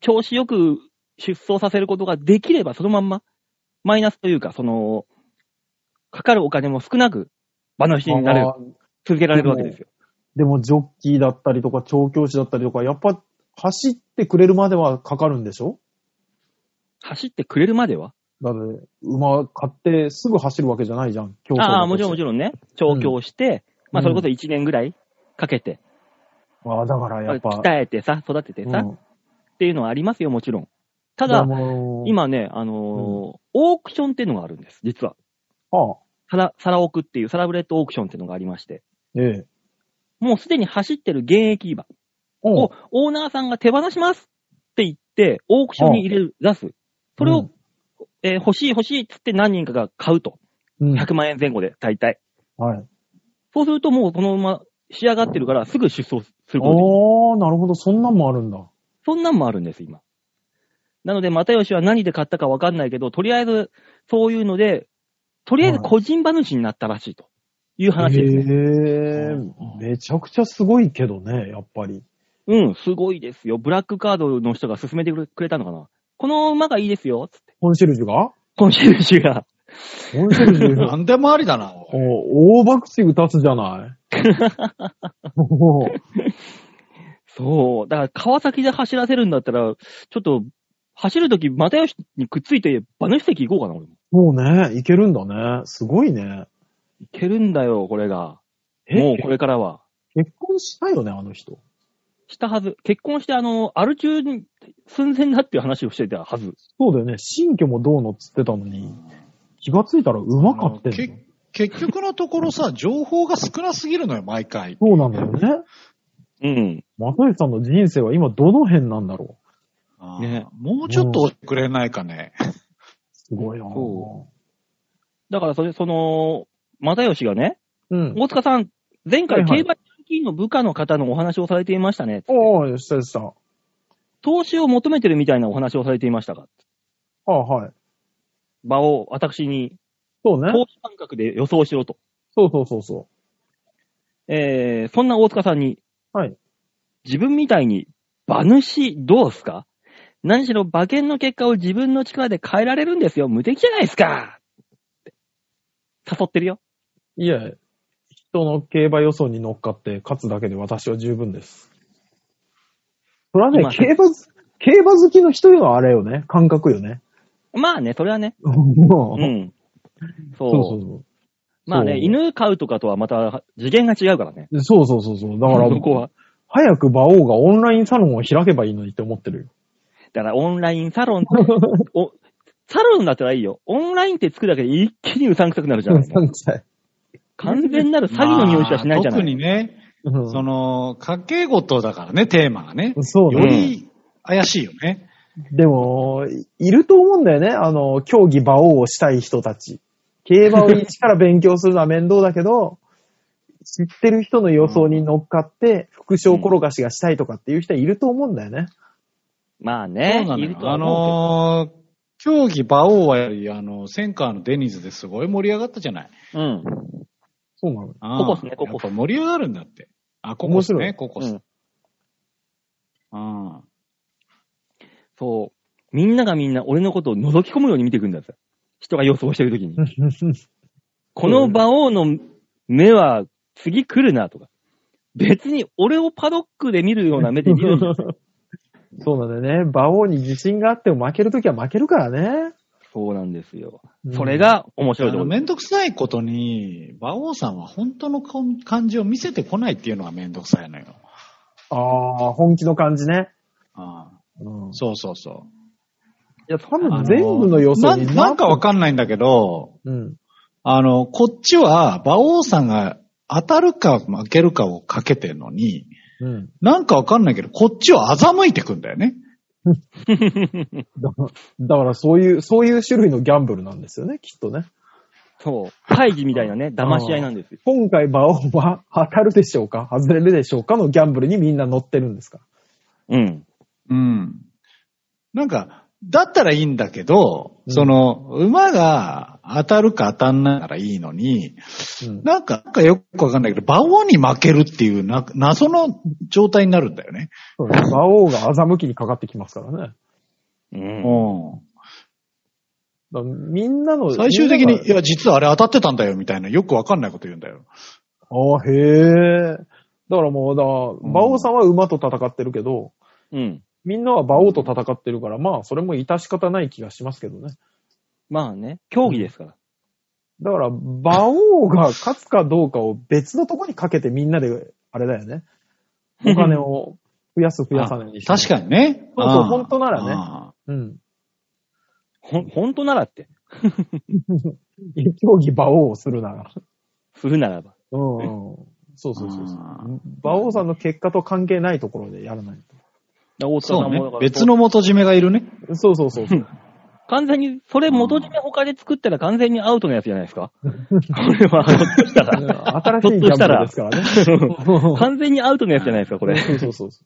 B: 調子よく出走させることができれば、そのまんま、マイナスというか、その、かかるお金も少なく、馬主になれる
C: あ、ー
B: 続けられるわけですよ。
C: でも、ジョッキーだったりとか、調教師だったりとか、やっぱ、走ってくれるまではかかるんでしょ
B: 走ってくれるまでは
C: だって、馬買ってすぐ走るわけじゃないじゃん。競争
B: ああ、もちろんもち
C: ろ
B: ろんね。調教して、まあそれこそ1年ぐらいかけて、
C: ん。ああ、だからやっぱ。
B: 鍛えてさ、育ててさ、
C: うん
B: っていうのはありますよ、もちろん。た
C: だ
B: だ、
C: もう、
B: 今ね、あのーオークションっていうのがあるんです、実は。
C: ああ、
B: サラ、サラオクっていう、サラブレッドオークションっていうのがありまして。
C: ええ。
B: もうすでに走ってる現役馬
C: お
B: をオーナーさんが手放しますって言って、オークションに入れる、出す。それ
C: う
B: を、えー欲しい欲しいってって何人かが買うと。
C: うん。
B: 100万円前後で、大体。
C: はい。
B: そうするともうこのまま仕上がってるから、すぐ出走することができる
C: おー、なるほど。そんなんもあるんだ。
B: そんなんもあるんです、今。なので、又吉は何で買ったかわかんないけど、とりあえず、そういうので、とりあえず個人馬主になったらしいという話ですね。
C: へえ、めちゃくちゃすごいけどね、やっぱり。
B: うん、すごいですよ。ブラックカードの人が勧めてくれくれたのかな。この馬がいいですよ、つって。
C: コンシェルジュが
B: コンシェルジュが。
C: コンシェルジュ
B: <laughs>
D: なんでもありだな。お
C: お
D: い
C: 大爆竹立つじゃない。
B: <laughs>
C: おー
B: そう。だから、川崎で走らせるんだったら、ちょっと、走るとき、又吉にくっついて、馬主席行こうかな、俺も。
C: そうね、いけるんだね。すごいね。
B: いけるんだよ、これが。
C: え
B: もうこれからは。
C: 結婚したよね、あの人。
B: したはず。結婚して、あの、アル中に寸前だっていう話をしてたはず。
C: そうだよね、新居もどうのっつってたのに、気がついたら馬買ってんの。
D: け結局のところさ、情報が少なすぎるのよ、毎回。
C: そうなんだよね。
B: うん。
C: 又吉さんの人生は今どの辺なんだろう。
D: あー
B: ね
D: もうちょっと遅れないかね。
C: すごいなぁ
B: そだからそれ、その、又吉がね、
C: うん。
B: 大塚さん、前
C: は
B: 回、
C: いはい
B: 競馬ヤンキーの部下の方のお話をされていましたね。
C: おー、したした。は
B: 投資を求めてるみたいなお話をされていましたが、
C: あ、はい。
B: 場を私に
C: そうね。
B: 投資感覚で予想しろと。
C: そうそうそうそ
B: えー、そんな大塚さんに、
C: はい。
B: 自分みたいに、馬主どうすか何しろ馬券の結果を自分の力で変えられるんですよ。無敵じゃないですかって誘ってるよ。
C: う。いえ、人の競馬予想に乗っかって勝つだけで私は十分です。それはね
B: 今、
C: 競馬、競馬好きの人よ、あれよね。感覚よね。
B: まあね、それはね。
C: もう
B: うん。そう。
C: そうそうそう。
B: まあ
C: そ
B: ね、
C: う
B: 犬飼うとかとはまた次元が違うからね。
C: でそうそうそうそう。だから、
B: そこは。
C: 早く馬王がオンラインサロンを開けばいいのにって思ってるよ。
B: だからオンラインサロ
C: <laughs>
B: ン、お、サロンだったらいいよ。オンラインってつくだけで一気にうさんくさくなるじゃない。
C: 3歳。
B: 完全なる詐欺の匂いしかしないじゃない。
D: まあ特にね、
C: うん
D: その、掛け事だからね、テーマがね。
C: そう
D: よ
C: ね。
D: り怪しいよね。
C: でも、いいると思うんだよね。あの、競技馬王をしたい人たち。競馬を一から勉強するのは面倒だけ <laughs> ど、知ってる人の予想に乗っかって、副賞転がしがしたいとかっていう人はいると思うんだよね。
B: まあね、
D: そうないの
B: る
D: よ
B: とは
D: あ
B: 思う
D: のー競技馬王はより、あの、センカーのデニーズですごい盛り上がったじゃない。
B: けどうん。
C: そうなの。
D: あー
B: ここっすねここ
D: やっぱ盛り上がるんだって。あ、ここっす
C: 面白
D: ね、
C: い
D: ここっ
B: う
D: す
B: ん。
D: うん。
B: そう。みんながみんな俺のことを覗き込むように見てくんだぜ。人が予想してるときに。この馬王の目は次来るなとか。別に俺をパドックで見るような目で見るんだ。
C: そうなんだよね。馬王に自信があっても負けるときは負けるからね。
B: そうなんですよ
C: う。ん
B: それが面白い
D: あ
B: と
D: の、
B: ころ
D: めんどくさいことに、馬王さんは本当のこん感じを見せてこないっていうのがめんどくさいのよ。
C: ああ、本気の感じね。
D: あー
C: うん。
D: そうそうそう。
C: いや、多分全部の予想
D: な
C: に
D: なんかわ
C: ん
D: かんないんだけど、
C: うん。
D: あの、こっちは、馬王さんが当たるか負けるかをかけてるのに、
C: うん。
D: なんかわかんないけど、こっちを欺いてくんだよね。
C: だだからそういう、そういう種類のギャンブルなんですよね、きっとね。
B: そう。会議みたいなね、騙し合いなんですよ。
C: 今回、馬王は当たるでしょうか外れるでしょうかのギャンブルにみんな乗ってるんですか
B: うん。
D: うん。なんか、だったらいいんだけど、
C: うん
D: その、馬が当たるか当たんないならいいのに、
C: うん。
D: なんか、なんかよくわかんないけど、馬王に負けるっていうな謎の状態になるんだよね。
C: そうね馬王が欺きにかかってきますからね。
B: うん。
D: うん。
C: だからみんなの。
D: 最終的
C: みん
D: に、い
C: なが
D: や、実はあれ当たってたんだよ、みたいな、よくわかんないこと言うんだよ。
C: ああ、へえ。だからもう、だから
D: ん
C: 馬王さんは馬と戦ってるけど、
B: うん。
C: みんなは馬王と戦ってるから、まあ、それも致し方ない気がしますけどね。
B: まあね、競技ですから。
C: だから、馬王が勝つかどうかを別のとこにかけてみんなで、あれだよね。お金を増やす増やさないにして。
D: 確かにね。
C: そうそう
D: あー
C: 本当ならね
D: あ
C: うん。
B: ほん、ほんとならって。
C: 競技馬王をするなら。
B: するならば。
C: うん。そうそうそうそう
E: あ。
C: 馬王さんの結果と関係ないところでやらない
B: 大塚
E: そ
B: さ
E: うんね
B: もだか。ら
E: 別の元締めがいるね。
C: と。そうそうそうそう。
B: 完全に、それ元締め他で作ったら完全にアウトのやつじゃないです
C: <laughs>
B: か。これは、ひょっとした
C: うん
B: ら。
C: 新しいジャンプですから <laughs> ね。
B: 完全にアウトのやつじゃないですか、これ。
C: そうそうそうそ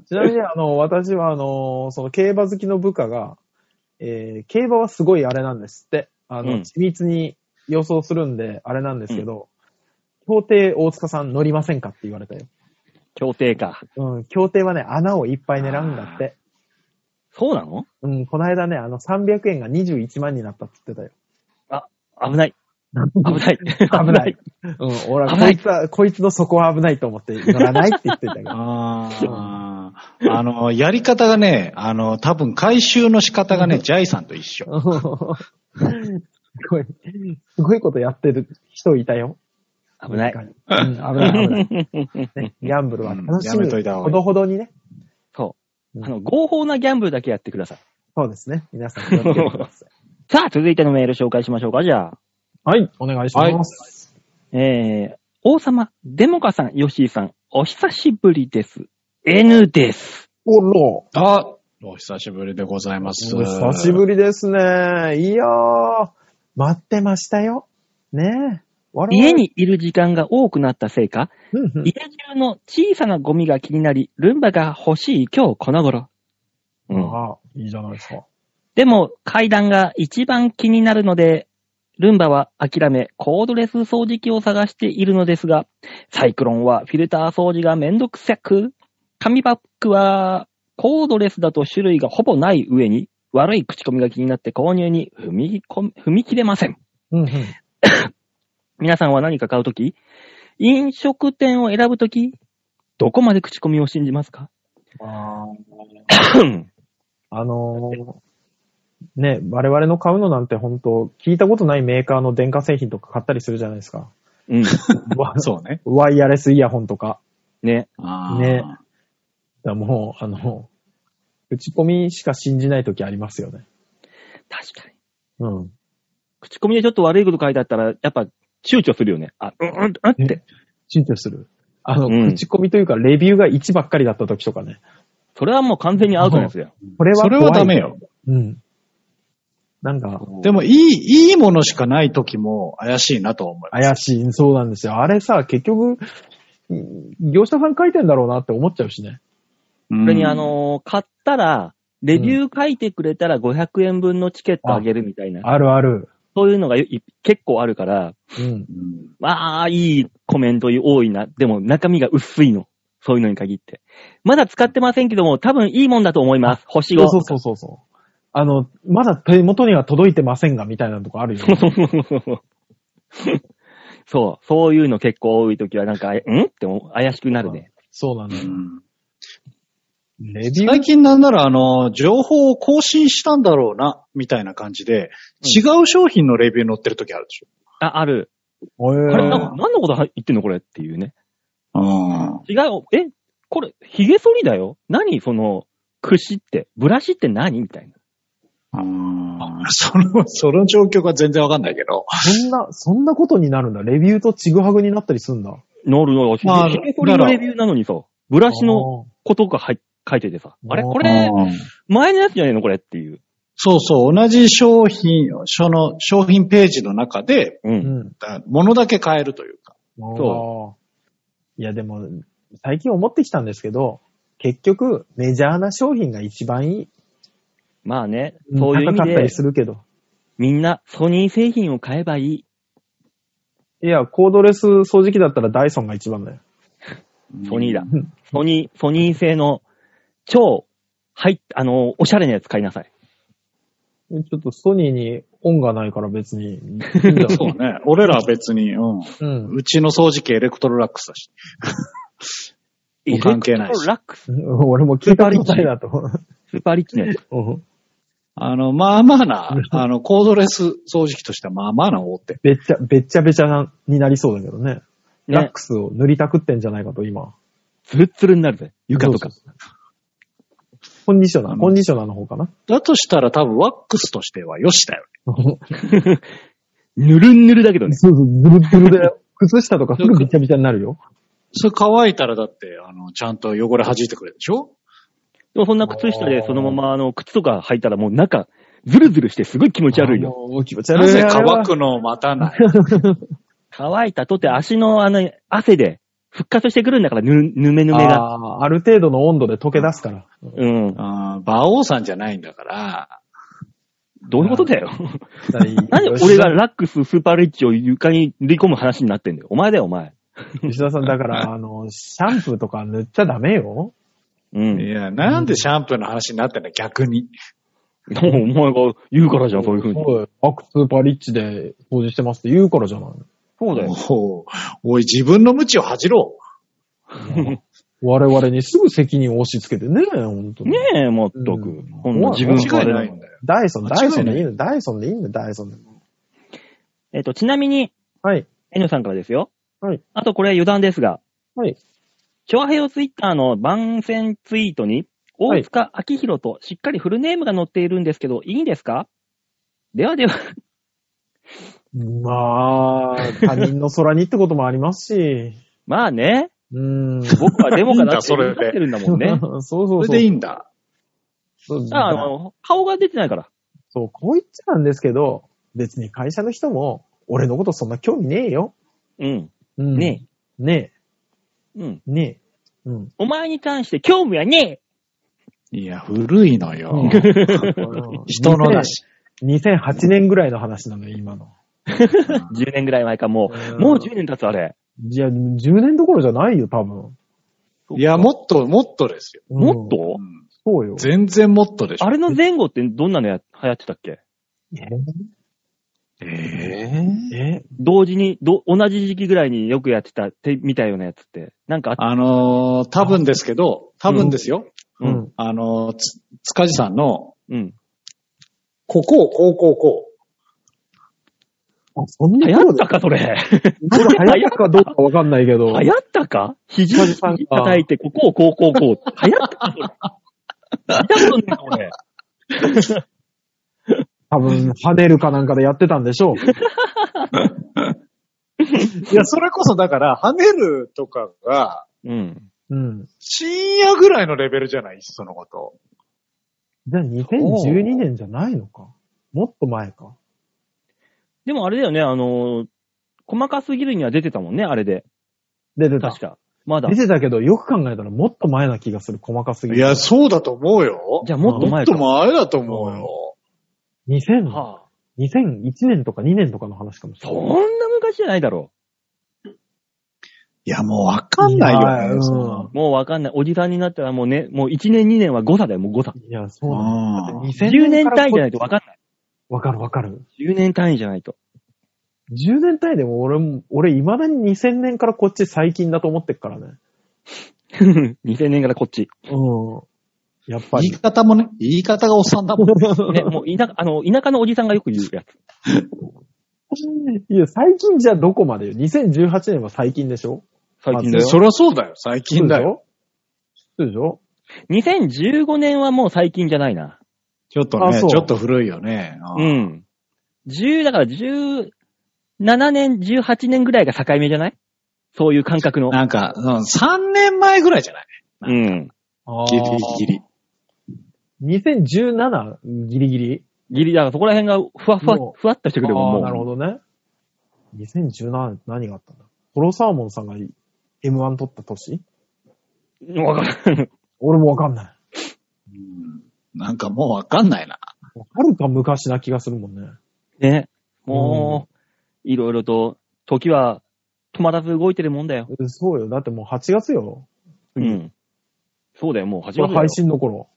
C: う。ちなみに、あの、私は、あの、その競馬好きの部下が、えー競馬はすごいあれなんですって。あの、
B: うん
C: 緻密に予想するんで、あれなんですけど、競艇大塚さん乗りませんかって言われたよ。
B: 協定か。
C: うん、競艇はね、穴をいっぱい狙うんだって。
B: そうなの
C: うん、この間ね、あの、300円が21万になったって言ってたよ。
B: 危ない。危ない。
C: <laughs> 危
B: 危
C: ない。。うん、俺はこいつは、こいつの底は危ないと思って乗らないって言ってたけど。
E: あ
D: あーあの、やり方がね、あの、多分回収の仕方がね、ジャイさんと一緒。
C: うんすごい、すごいことやってる人いたよ。
B: <laughs> 危ない。
C: うん危ない、危ない。
D: <laughs>
C: ねギャンブルは楽し
D: うんや
C: む。
D: めといた方が
C: ほ
D: いい
C: どほどにね。
B: そう。あの、合法なギャンブルだけやってください。
C: そうですね。皆さん気をつけてください。
B: さあ、続いてのメール紹介しましょうか、じゃあ。
C: <laughs> はい、お願いします。
B: えー、王様、デモカさん、ヨッシーさん、お久しぶりです。N です。
C: おろ
D: あ、お久しぶりでございます。
C: お久しぶりですね。いやー、待ってましたよ。ねえ。我々
B: 家。にいる時間が多くなったせいか、
C: うんうん
B: 家中の小さなゴミが気になり、ルンバが欲しい今日この頃。うん、
C: ああ、いいじゃないですか。
B: でも階段が一番気になるので、ルンバは諦め、コードレス掃除機を探しているのですが、サイクロンはフィルター掃除がめんどくさく、紙パックはコードレスだと種類がほぼない上に、悪い口コミが気になって購入に踏み込み踏み切れません。
C: うんうん。
B: 皆さんは何か買うとき、飲食店を選ぶとき、どこまで口コミを信じますか
C: あのー、ね、我々の買うのなんて本当聞いたことないメーカーの電化製品とか買ったりするじゃないですか。
B: うん。
C: わ
E: そうね。
C: ワイヤレスイヤホンとか。
B: ね。
E: あー
C: ねだからもう、あの、口コミしか信じない時ありますよね。
B: 確かに。
C: うん。
B: 口コミでちょっと悪いこと書いてあったら、やっぱ躊躇するよね。あ、うん、うん、うんって。
C: 躊躇する。あの、
B: うん
C: 口コミというか、レビューが1ばっかりだった時とかね。
B: それはもう完全にアウトですよ。
C: これは
D: それ
C: 怖い
D: はダメ。よ。
C: うん。なんか、
D: でも、いい、いいものしかない時も怪しいなと思います。
C: 怪しい、そうなんですよ。あれさ、結局、うん業者さん書いてんだろうなって思っちゃうしね。
E: そ
B: それにあ、のー買ったら、レビュー書いてくれたら500円分のチケットあげるみたいな、
C: あるある。
B: そういうのがい結構あるから、
C: うん。
E: うん
B: まあ、いいコメント多いな。でも中身が薄いの。そういうのに限って。まだ使ってませんけども、多分いいもんだと思います。星5。
C: そうそうそうそうそう。あの、まだ手元には届いてませんが、みたいなとこあるよ、
B: <laughs>
C: ね。
B: そう、そういうの結構多いときは、なんか、えんって思う怪しくなるね。
C: そうなの
E: う
C: よ。
E: ん
C: レビュー
D: 最近なんなら、あの、情報を更新したんだろうな、みたいな感じで、違う商品のレビュー載ってる時あるでしょ。
B: あ、ある。
C: おい
B: あ
C: おい
B: れ、
C: おい
B: なんか何のこと言ってんのこれっていうね。
E: うん
B: 違う、え、これ、髭剃りだよ何その、櫛って、ブラシって何みたいな。
E: うん
D: その、その状況が全然わかんないけど。
C: そんな、そんなことになるんだ。レビューとちぐはぐになったりすんだ。
B: なるのよ。
D: まあ
B: 髭髭剃りのレビューなのにさ、ブラシのことが入っ書いててさ、あれ
C: あー
B: これ、
E: うん
B: 前のやつじゃねえのこれっていう。
D: そうそう、同じ商品、その商品ページの中で、
B: う。
C: あーうんん。
D: 物だけ変えるというか。
C: そう。いや、でも、最近思ってきたんですけど、結局、メジャーな商品が一番いい。
B: まあね、そういう意
C: 高か
B: 味
C: った
B: で
C: り、
B: す
C: るけど。
B: みんなソニー製品を買えばいい。
C: いや、コードレス掃除機だったらダイソンが一番だよ。
B: ソニーだ
C: うん。
B: ソニー、ソニー製の超、はい、あの、おしゃれなやつ買いなさい。
C: ちょっとソニーに恩がないから別に。いいんじゃない <laughs>
D: そうね。俺らは別に、うん。
C: うん。
D: うちの掃除機エレクトロラックスだし。もう関係
B: エレ
D: ないし
B: クトロラックス、
C: 俺も聞いたことないなと。
B: スーパーリッチね。
C: うん
D: あの、まあまあな、
B: <laughs>
D: あの、コードレス掃除機としてはまあまあな大手。
C: べっちゃ、べっちゃべちゃなになりそうだけどね。ラッ
B: ね、
C: クスを塗りたくってんじゃないかと、今。
B: ツルッツルになるぜ。床とか。
C: そうそうそうコンディショナ
D: あ
C: ー、
D: の
C: コンディショナーの方かな。
D: だとしたら多分ワックスとしてはよしだよ
B: ぬるんぬるだけどね。
C: そうそう、ブルブルだよ。靴下とかすぐびちゃびちゃになるよ。
D: それ乾いたらだって、あの、ちゃんと汚れ弾いてくれるでしょ
B: でもそんな靴下でそのまま、あの、靴とか履いたらもう中、ズルズルしてすごい気持ち悪いよ。
C: もう気持ち悪
D: ないぜ
C: あれは
D: 乾くのを待た <laughs> ない
B: 乾いたとて足のあの、汗で復活してくるんだから、ぬ、ぬめぬめが。
C: あーある程度の温度で溶け出すから。
B: うん。
D: あー馬王さんじゃないんだから、
B: どういうことだよ。
C: な
B: なんで俺がラックススーパーリッチを床に塗り込む話になってんだよ。お前だよ、お前。
C: 吉田さん、
B: <laughs>
C: だから、あの、シャンプーとか塗っちゃダメよ。
B: う
D: い
B: ん。
D: や、なんでシャンプーの話になってんの逆に。
B: でもお前が言うからじゃん、そういうふうに。
C: そうよアクスーパーリッチで掃除してますって言うからじゃない。
B: そうだよ。
D: おうおい、自分の無知を恥じろ。
C: 我々にすぐ責任を押し付けてね、本当に。
B: ねえ、まった
C: う
B: く
C: ん。
B: ほんの自分
D: 間
B: か
D: 違いな
B: ら
D: い。んだよ。
C: ダイソン、ダイソンでいい
D: 間
C: の、ダイソンでいいの、ダイソンで。
B: えっと、ちなみに、
C: はい。
B: エニョさんからですよ。
C: はい。
B: あとこれ余談ですが。
C: はい。
B: 昭和平和ツイッターの番宣ツイートに、大塚明宏としっかりフルネームが載っているんですけど、いいんですかではで <laughs> は、
C: まあ、 <laughs> 他人の空にってこともありますし。
B: まあね、
C: うーん。
B: 僕はデモかなって
D: <laughs> いいんだそれ
B: 言っ
D: で
B: てるんだもんね。
C: <laughs> そうそうそ。
D: そうれでいいんだ。
C: そう
B: ああの、顔が出てないから。
C: そう、こう言っちゃなんですけど、別に会社の人も、俺のことそんな興味ねえよ。
B: うん。
C: うん、
B: ね
C: え。ね
B: え。うん。
C: え。ねえ。うん。
B: お前に関して興味はね
D: いや、古いの
C: <laughs>
D: よ。人のだし。
C: 2008年ぐらいの話なのよ、今の。
B: え !10 年ぐらい前か、も
C: う
B: う。
C: ん
B: もう10年経つ、あれ。
C: いや、10年どころじゃないよ、多分。
D: いや、もっと、もっとですよ。
C: うん
B: もっと
D: うん
C: そうよ。
D: 全然もっとでしょ
B: あ。れの前後ってどんなのや流行ってたっけ
D: え
C: え
B: 同時に、ど、同じ時期ぐらいによくやってた、て、みたようなやつって。なんかあっ
D: あのー、多分ですけど、多分ですよ。
B: う
C: うんん。
D: あのー、つ、つかじさんの、
B: うん。
D: ここをこうこうこ
C: あ、そん
B: 流
C: な
B: 行
C: 頃
B: ったか、それ。
C: 流行ったかどうかわかんないけど。
B: 流行ったか肘を叩いて、ここをこうこうこう。流行ったかそれ。見たことないな、
C: 多分、跳ねるかなんかでやってたんで
B: <laughs>
C: しょう。
D: う。いや、それこそだから、跳ねるとかが、
B: 俺。うん。
C: うん。
D: 深夜ぐらいのレベルじゃないそのこと。
C: じゃあ2012年じゃないのか。もっと前か。
B: でもあれだよね、あのー細かすぎるには出てたもんね、あれで。
C: 出てた
B: 確。か。まだ
C: 出。てたけど、よく考えたらもっと前な気がする、細かすぎ
D: い
C: る。
D: や、そうだと思うよ。
B: じゃあもっと
D: もっ
B: 前
D: と
B: か。
D: 前だと思うよ。
C: 2000、
B: はあ、
C: 2001年とか2年とかの話かもし
B: そ
C: れない。
B: んな昔じゃないだろ
D: いや、もうわかんないよ、
C: い
D: ね
C: や
D: そんな
B: う。もうわかんない。おじさんになったらもうね、もう1年2年は誤差だよ、もう誤差。
C: いや、そうなの。
D: の。うん
B: 10年単位じゃないとわかんない。
C: わかるわかる。
B: 10年単位じゃないと。 <laughs>
C: 10年単位でも俺も、俺未だに2000年からこっち最近だと思ってっからね。
B: 2000年からこっち。
C: うん。やっぱ
D: 言
B: <laughs>
D: い
C: り。
D: 方もね、言い方がおっさんだもん。
B: ね、もう田舎、あの、田舎のおじさんがよく言うやつ。
C: いや、最近じゃどこまでよ。2018年は最近でしょ
B: 最近だ
C: う
B: よ。
D: <laughs> そりゃそうだよ、最近だよ。。
C: そうでしょ
B: 2015年はもう最近じゃないな。
D: ちょっと
C: あ
D: ね、
C: そう
D: ちょっと古いよね。
B: う
D: うん
B: ん。10、だから17年、18年ぐらいが境目じゃないそういう感覚の。
D: なんか、うん、3年前ぐらいじゃない
B: うん。
D: ギリギリ。
C: でしょ ?2017? ギリギリ
B: ギリ、だからそこら辺がふわふわ
C: も、
B: ふわっとしてくるよ、
C: あ
B: も
C: あ
B: う。
C: なるほどね。2017年何があったんだホロサーモンさんが M1 取った年
B: わかる。
C: 俺もわかんない。
D: うんなんかもうわかんないな。
C: はるか昔な気がするもんね。
B: <laughs> ね。もう、いろいろと、時は止まらず動いてるもんだよ。
C: うんそうよ。だってもう8月よ。
B: う
C: うん
B: ん。そうだよ、もう始
C: こ
B: ま
C: れ配信の頃。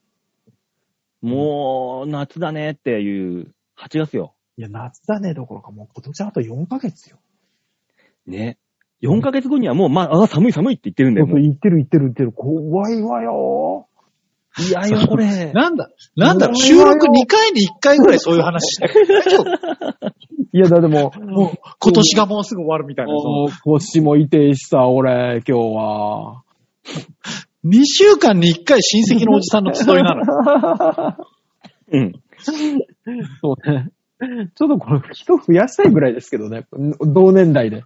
B: もう、夏だねっていう、8月よ。
C: いや、夏だねどころか、もう今年あと4ヶ月よ。
B: ね。4ヶ月後にはもう、まあ、あ寒い寒いって言ってるんだよ。もう
C: 言ってる言ってる言ってる。怖いわよ
B: いやよ、これ。
D: なんだ、なんだろう、収録2回に1回ぐらいそういう話してる。大丈夫
C: ー。いや、だってもう、
D: もう、今年がもうすぐ終わるみたいな。その
C: もう腰も痛いしさ、俺、今日は。
D: 2週間に1回親戚のおじさんの集いな
E: <laughs>
D: のよ。
B: うん。
C: そうね。ちょっとこれ、人増やしたいぐらいですけどね。同年代で。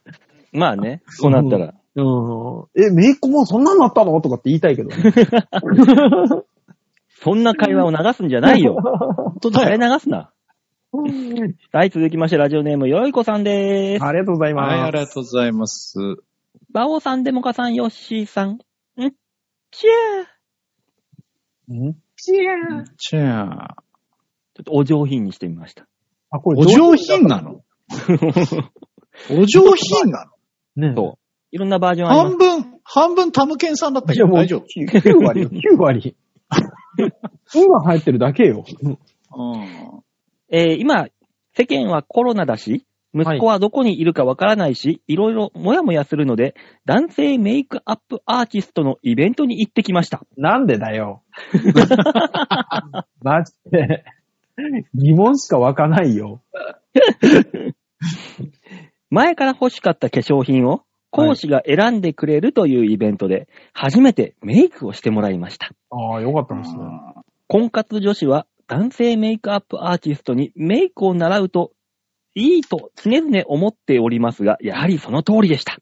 B: まあね、そうなったら。
C: うん。え、めいっ子もそんなんなったのとかって言いたいけどね。
B: そんな会話を流すんじゃない <laughs>
C: <laughs>
B: よ。
E: 本当
B: あ
E: だ
B: れ
E: よ。
B: 流すな。はい、続きまして、ラジオネーム、よいこさんでーす。
C: ありがとうございます。
E: はい、ありがとうございます。
B: バオさん、デモカさん、ヨッシーさん。んちゃー。
C: ん
E: じゃあ、
B: ちょっとお上品にしてみました。
C: あ、これ
E: お上品な <laughs> のお上品なの
C: ねえ。
B: そう。いろんなバージョンあります
E: 半。分、半分タムケンさんだった
C: い
E: け
C: や
E: ど
C: もう
E: 大丈夫。
C: 9 9割よ、9割。今入ってるだけよ。
E: うん
B: えー今、世間はコロナだし、息子はどこにいるかわからないし、い、ろいろもやもやするので、男性メイクアップアーティストのイベントに行ってきました。
C: なんでだよ。 <laughs> マジで。疑問しか湧かないよ。
B: 前から欲しかった化粧品を、講師が選んでくれるというイベントで、初めてメイクをしてもらいました。
C: ああ、よかったですね。
B: 婚活女子は男性メイクアップアーティストにメイクを習うといいと常々思っておりますが、やはりその通りでした。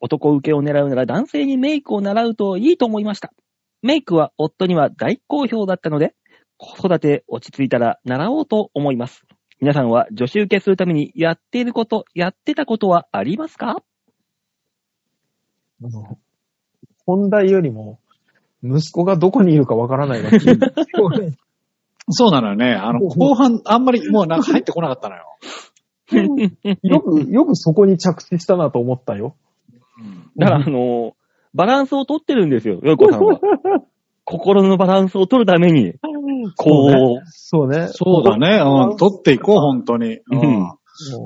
B: 男受けを狙うなら男性にメイクを習うといいと思いました。メイクは夫には大好評だったので、子育て落ち着いたら習おうと思います。皆さんは女子受けするためにやっていること、やってたことはありますか
C: あの本題よりも、息子がどこにいるかわからないが気になる
E: そうなのよね。あの、後半、あんまりもうなんか入ってこなかったのよ。
C: <laughs> よく、よくそこに着地したなと思ったよ。
B: だから、あのーバランスを取ってるんですよ、よいこさん <laughs> は。心のバランスを取るために、こ
C: そうね。
E: <laughs> そうだね。うん。取っていこう、本当に。う
B: うん
E: ん。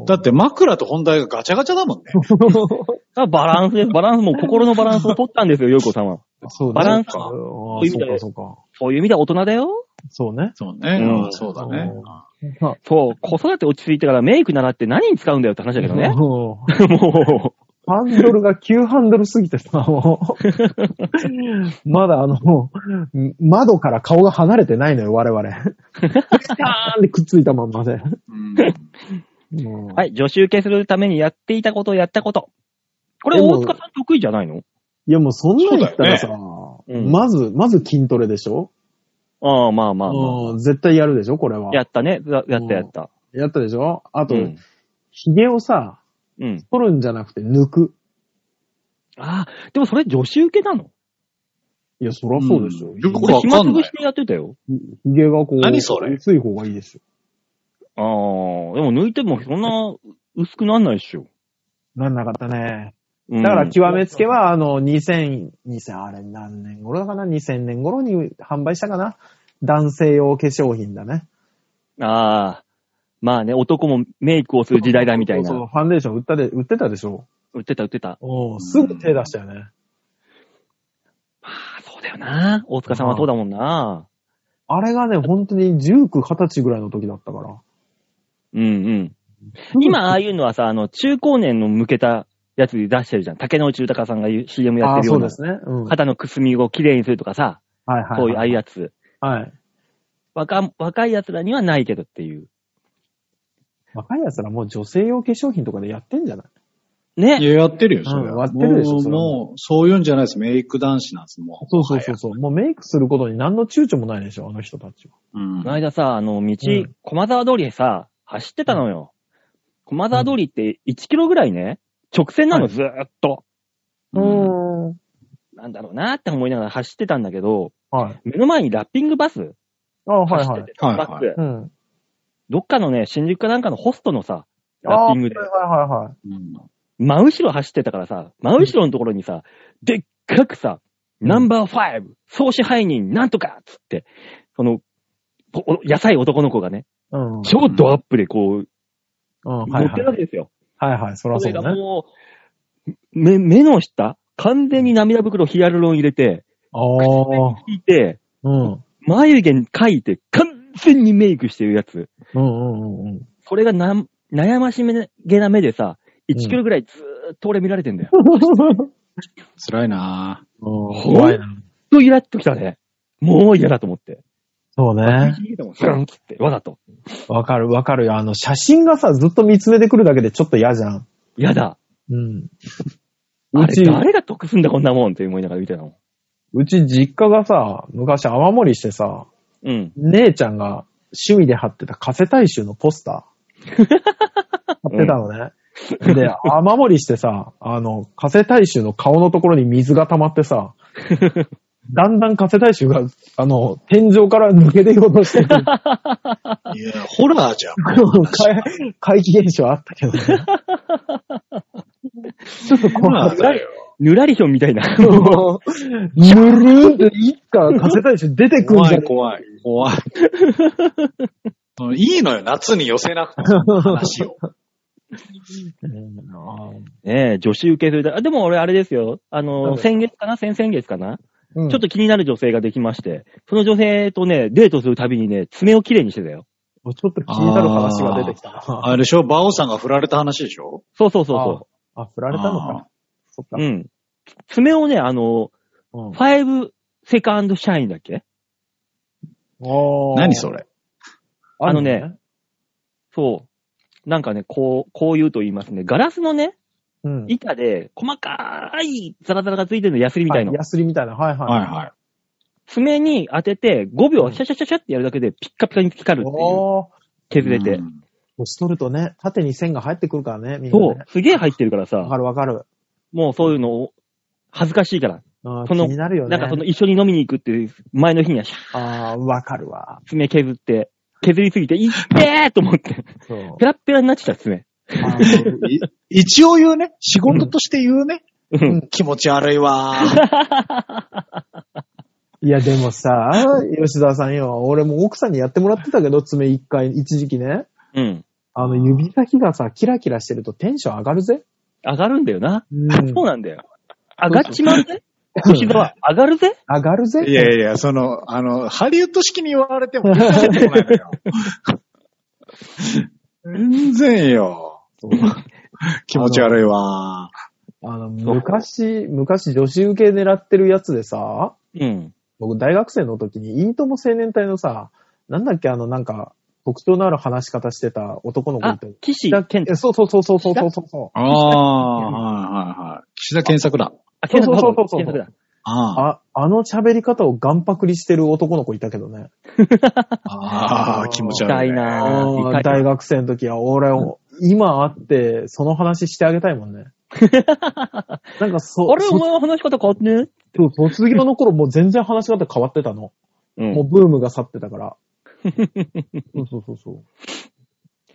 E: だって枕と本題がガチャガチャだもんね。
C: そう
B: う、あバランスです。バランス、もう心のバランスを取ったんですよ、よいこさんは。
C: そうね
B: バランス
C: ああ
B: ういう意
C: そ
B: 味
C: う
B: で
C: か、そうか。
B: そういう意味では大人だよ。
C: そうね。
E: そうね。
B: うん
E: うんそうだね。
C: ああ
B: そう、子育て落ち着いてからメイク習って何に使うんだよって話だけどね。
C: う
B: <laughs>
C: ん
B: も
C: ハンドルが急ハンドルすぎてさ、もう。まだあの、窓から顔が離れてないのよ、我々。ピターンってくっついたまんまで。
E: うん
C: うん
B: う、はい、女子受けするためにやっていたことをやったこと。これ
C: でも
B: 大塚さん得意じゃないの
C: いや、もうそんなん言ったらさ、
B: だよねうん
C: まず、まず筋トレでしょ、
B: ああ、まあまあま
C: うん、絶対やるでしょこれは
B: あ。。やったね。ややったやった。
C: やったでしょあと、
B: うん。
C: 髭をさ、
B: うん。
C: 取るんじゃなくて抜く。
B: ああ、でもそれ女子受けなの
C: いや、そらそうでしょ。
E: うんよく
B: 俺
E: わ
B: 暇
E: か
B: つ
E: ん
B: ぶ
E: な
B: し
E: い。
B: てやってたよ。
C: 髭がこう、
E: 何それ
C: 薄い方がいいでしょ。
B: ああ、でも抜いてもそんな薄くなんないっしょ。
C: なんなかったね。
B: うん
C: だから極めつけは、あの、2000、2000、あれ何年頃だかな ?2000 年頃に販売したかな男性用化粧品だね。
B: ああ、まあね、男もメイクをする時代だみたい
C: そうそう
B: な。
C: ファンデーション売ったで、売ってたでしょ
B: 売ってた売ってた。
C: おうすぐ手出したよね。
B: あそうだよな。大塚さんはそうだもんな。
C: あれがね、本当に19、20歳ぐらいの時だったから。
B: うんうん。今、ああいうのはさ、あの、中高年の向けたやつ出してるじゃん。竹野内豊さんが言う CM やっ
C: あ
B: て
C: あ、
B: る
C: そ
B: よう
C: う
B: な
C: で。すね。うん。はい
B: 肩のくすみをきれいにするとかさ、
C: はいはい。
B: そういうああいうやつ。
C: はい。
B: 若、若いやつらにはないけどっていう。
C: 若い奴らもう女性用化粧品とかでやってんじゃない
E: い
B: ね。
E: や、やってるよ、それ
C: うん
E: は。
C: 割ってるでしょ
E: もう
C: それは
E: もう、そういうんじゃないです。メイク男子なんです、もう。
C: そうそうそうそう。もうメイクすることに何の躊躇もないでしょ、あの人たちは。
E: うん
B: この間さ、あの、道
C: うん、
B: 駒沢通りへさ、走ってたのよ。駒沢通りって1キロぐらいね、直線なの、ずーっと。
E: うん
C: ん。
B: なんだろうなって思いながら走ってたんだけど、
C: はい。
B: 目の前にラッピングバス
C: ああ、はい
B: 走っ
C: は
B: て
C: い
B: て。、
E: はい
B: バ
E: はい。
B: ス
C: う、ん。
B: どっかのね、新宿かなんかのホストのさ、ラ
C: あ
B: ッ
C: あ
B: ピングで
C: はいはいはいはい。
E: うん
B: 真後ろ走ってたからさ、真後ろのところにさ、でっかくさ、ナンバー5、総支配人なんとかっつって、その、お野菜男の子がね、
C: うん。
B: 超ドアップでこう、
C: うん、は
B: 乗
C: い
B: ってるわ
C: は
B: け
C: い。
B: ですよ。
C: はいはい、そら
B: そ
C: そう
B: れが
C: ね。
B: もう、目、目の下、完全に涙袋ヒアルロン入れて、
C: ああ、
B: 引いて、
C: うん。うん
B: 眉毛描いて、完全にメイクしてるやつ。
C: うんうんうん。
B: それがなん悩ましげな目でさ、1キロぐらいずーっと俺見られてんだよ。
E: 辛いなぁ。
C: 怖いな。
B: ずっとイラっときたね。もう嫌だと思って。
C: そうね。
B: ガンっつって、わざと。
C: わかるわかるよ。あの、写真がさ、ずっと見つめてくるだけでちょっと嫌じゃん。
B: 嫌だ。
C: うん。
B: あ
C: う
B: れ、
C: ち、
B: 誰が得すんだこんなもんって思いながら見てたの。
C: うち実家がさ、昔雨漏りしてさ、
B: うん。
C: 姉ちゃんが趣味で貼ってたカセ大衆のポスタ
B: <laughs>
C: ー。貼ってたのね。で、雨漏りしてさ、あの、カセ大衆の顔のところに水が溜まってさ、
B: <laughs>
C: だんだんカセ大衆が、あの、天井から抜け出ようとしてくる。
D: いや、ホラーじゃん。
C: 怪怪奇現象あった
B: <laughs>
C: けどね。ちょっと
D: ホ
C: こ
D: ラー
C: う、
D: だよ。
B: ぬらりひょんみたいな。 <laughs>
C: ぬるーんっていつかカセ大衆出てくん
D: 怖
C: じゃ
D: い、
C: ね
D: 怖い、
C: <laughs>
D: 怖い。うんいいのよ、夏に寄せなくても、
C: <laughs>
D: 話を。
B: ねえ、女子受けするだ。あ、でも俺あれですよ。あ
C: なん
B: の、
C: だ
B: 先月かな先々月かな、
C: うん
B: ちょっと気になる女性ができまして、その女性とね、デートするたびにね、爪をきれいにしてたよ。
C: ちょっと気になる話が出てきたな。
D: あれでしょ馬王さんが振られた話でしょ
B: そうそうそうそ
C: ああ、振られたのか。そっか
B: う。う。ん。爪をね、あの、
C: うん
B: ファイブセカンドシャインだっけ
C: おー
D: 何それ
B: あのね。そう。なんかね、こう、こう言うと言いますね。ガラスのね、
C: うん。
B: 板で、細かいザラザラがついてるの、ヤスリみたいの
C: あ。ヤスリみたいな。はいはい。
D: はいはい。
B: 爪に当てて、5秒シャシャシャシャってやるだけで、ピッカピカに光るっていう。
C: おー。
B: 削れて
D: う。ん
C: 押し取るとね、縦に線が入ってくるからね、みんな
B: そ
C: ね、
B: う。すげえ入ってるから
C: わか
B: さ、
C: るわかる。
B: もうそういうのを、恥ずかしいから。
C: うん、
B: その
C: 気になるよね。
B: なんかその一緒に飲みに行くっていう、前の日にはシャー
C: あーわかるわ。
B: 爪削って、削りすぎて、いってーと思って、
C: そう。
B: ペラッペラになっちゃった爪。
C: あの
D: い一応言うね。仕事として言うね。
B: うん
D: 気持ち悪いわ
C: いや、でもさ、吉沢さんよ、俺も奥さんにやってもらってたけど、爪一回、一時期ね。
B: うん。
C: あの、指先がさ、キラキラしてるとテンション上がるぜ。
B: 上がるんだよな。
C: うん。
B: そうなんだよ。上がっちまうぜ。吉沢、上がるぜ。
C: 上がるぜ。
D: いやいや、その、あの、ハリウッド式に言われても <laughs> 全然出てこないのよ。全然よ。気持ち悪いわ
C: あの、
B: そう
C: 昔、昔女子受け狙ってるやつでさ、
B: うん。
C: 僕大学生の時に、いいとも青年隊のさ、なんだっけ、あの、なんか、特徴のある話し方してた男の子
B: あ
C: いて。、
B: 岸健
C: え
B: 太。
C: そうそうそうそうそうそうそう。
D: ああ、はいはいはい。岸田健作だ。
B: あ、健作
C: そうそうそうそう
B: 健作だ。
D: あ
C: あ、あの喋り方をガンパクリしてる男の子いたけどね。
D: あー、気持ち
B: 痛
D: 悪い、
B: い
D: ね。
B: な
C: うん
B: ぁ。
C: 大学生の時は、俺、今会って、その話してあげたいも
B: <laughs>
C: んね。なんかそ、
B: あれ、お前は話し方変わってね
C: そう卒業の頃もう全然話し方変わってたの。
B: う
C: もうブームが去って
B: <laughs>
C: たから。そうそうそうそう。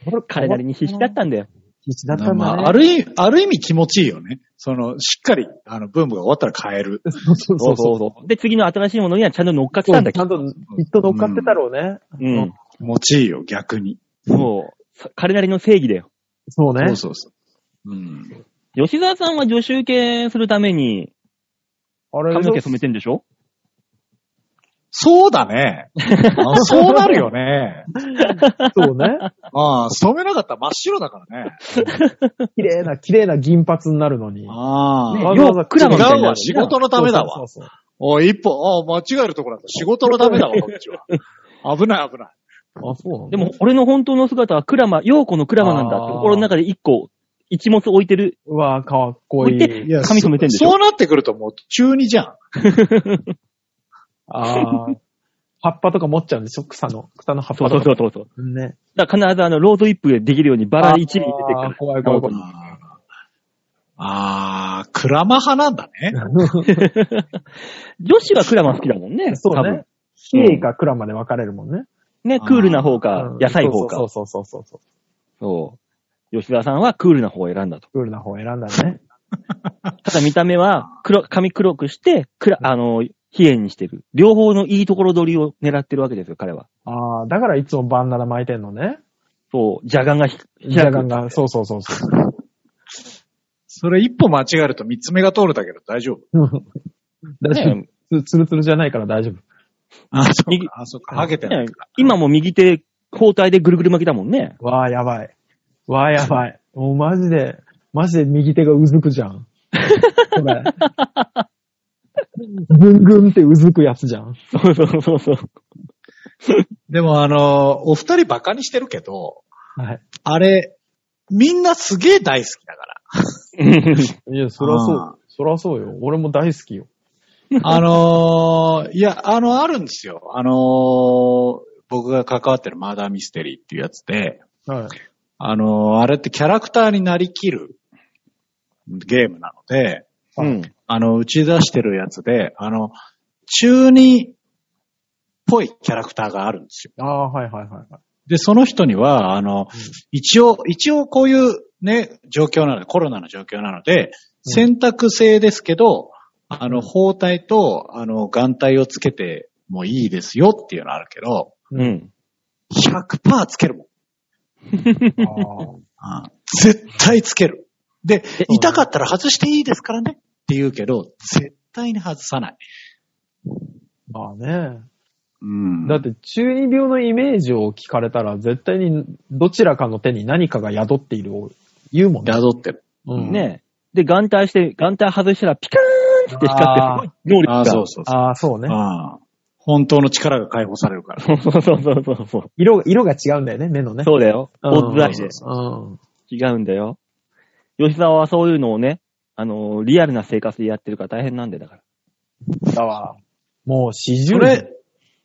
C: あれ
B: 彼なりに必死だったんだよ。
C: 必死だったん
D: ま
C: だね。
D: あ、ある意味、ある意味気持ちいいよね。その、しっかり、あの、ブームが終わったら変える。
C: そうそうそうそう。
B: う。で、次の新しいものにはちゃんと乗っかってたんだ
C: ちゃんと、きっと乗っかってたろうね。
B: うん。
D: 気持ちいいよ、逆に。
B: そう。彼なりの正義だよ。
C: そうね。
D: そうそうそう。うん。
B: 吉沢さんは助手受けするために
C: あれ
B: 髪の毛染めてんでしょ
D: そう
C: <laughs>
D: だね。あそうなるよね。
C: そうね。
D: ああ、染めなかったら真っ白だからね。
C: 綺麗な、綺麗な銀髪になるのに。
B: ね
D: ああ。
C: わざわざ
B: ようクラブみたいにな
D: 違う
B: る
D: わ、仕事のためだわ。
C: そうそうそう
D: おい、一歩、ああ、間違えるところだった。仕事のためだ <laughs> わ、こっちは。危ない、危ない。
C: そう。あ、そうなの
B: でも、俺の本当の姿はクラマ、陽子のクラマなんだって
C: あー
B: 心の中で一個、一物置いてる。
C: うわぁ、かっこ
B: 置
C: い
B: い
C: い。
B: て、髪染めてんでしょ
D: そうなってくるともう中二じゃん。
C: ああ。葉っぱとか持っちゃうんでしょ草の。草の葉っ
B: そ
C: ぱ
B: うそ
C: と
B: う
C: か。
B: そうそうそう。
C: う。ね。
B: だから必ずあの、ロードイップでできるようにバラ一味出てく
C: あ
B: る
C: ー。怖い怖い怖い。
D: ああ、クラマ派なんだね。
B: 女子はクラマ好きだもんね。
C: そう
B: 多分
C: ね。。ヒエかクラまで分かれるもんね。
B: ね、クールな方か
C: うん、
B: 野菜方
C: そ
B: か
C: う。そうそうそうそう。
B: そう。吉田さんはクールな方を選んだと。
C: クールな方を選んだね。
B: ただ見た目は黒、髪黒くして、くら、あの、冷えにしてる。両方のいいところ取りを狙ってるわけですよ、彼は。
C: ああ、だからいつもバンナナ巻いてんのね。
B: そう、邪眼がひ開く。
C: ジャガンが、そうそうそうそう。
D: それ一歩間違えると三つ目が通るだけど大丈
C: <laughs>
D: 夫。
C: 大丈
B: ね
C: 夫。つつるつるじゃないから大丈夫。
D: あ、そ
B: 右
D: うか。あ、そうか。ハゲてないから。
B: 今も右手、包帯でぐるぐる巻きだもんね。
C: わあ、やばい。わあ、やばい。もうマジで、マジで右手がうずくじゃ <laughs> ん。これ。ぐんぐんってうずくやつじゃん。
B: そうそうそうそう。
D: でもあの、お二人バカにしてるけど、
C: はい。
D: <laughs> あれ、みんなすげえ大好きだから。
B: うん
C: いや、そりゃそうでしそらそうよ。俺も大好きよ。
D: あのーいや、あの、あるんですよ。あのー僕が関わってるマーダーミステリーっていうやつで、
C: はい。
D: あのーあれってキャラクターになりきるゲームなので、
B: うん。
D: あの、打ち出してるやつで、あの、中二っぽいキャラクターがあるんですよ。
C: ああ、はいはいは
D: <laughs>
C: いはい。
D: で、その人には、あの、一応、一応こういうね、状況なので、コロナの状況なので、選択制ですけど、あの、包帯と、あの、眼帯をつけてもいいですよっていうのあるけど、
B: うん。
D: 100%つけるもん。
C: あ
D: あ絶対つける。で、痛かったら外していいですからねって言うけど、絶対に外さない。
C: あ、まあね。
D: うん
C: だって中二病のイメージを聞かれたら絶対にどちらかの手に何かが宿っているを言うもんね。
D: 宿ってる。
C: うん、
B: ねで、眼帯して、眼帯外したらピカーンって光って、すごい能力が。
D: ああ、そうそうそう。
C: ああ、そうね。
D: ああ本当の力が解放されるから。
B: そうそうそうそうそう。
C: 色が、色が違うんだよね、目の
B: <laughs>
C: ね。
B: そうだよ。
C: うん
B: オッズアイで。
C: うん。
B: 違うんだよ。吉沢はそういうのをね、あのーリアルな生活でやってるから大変なんで、だから。
C: だわ。もう四十
D: そ
C: 年。
D: れ、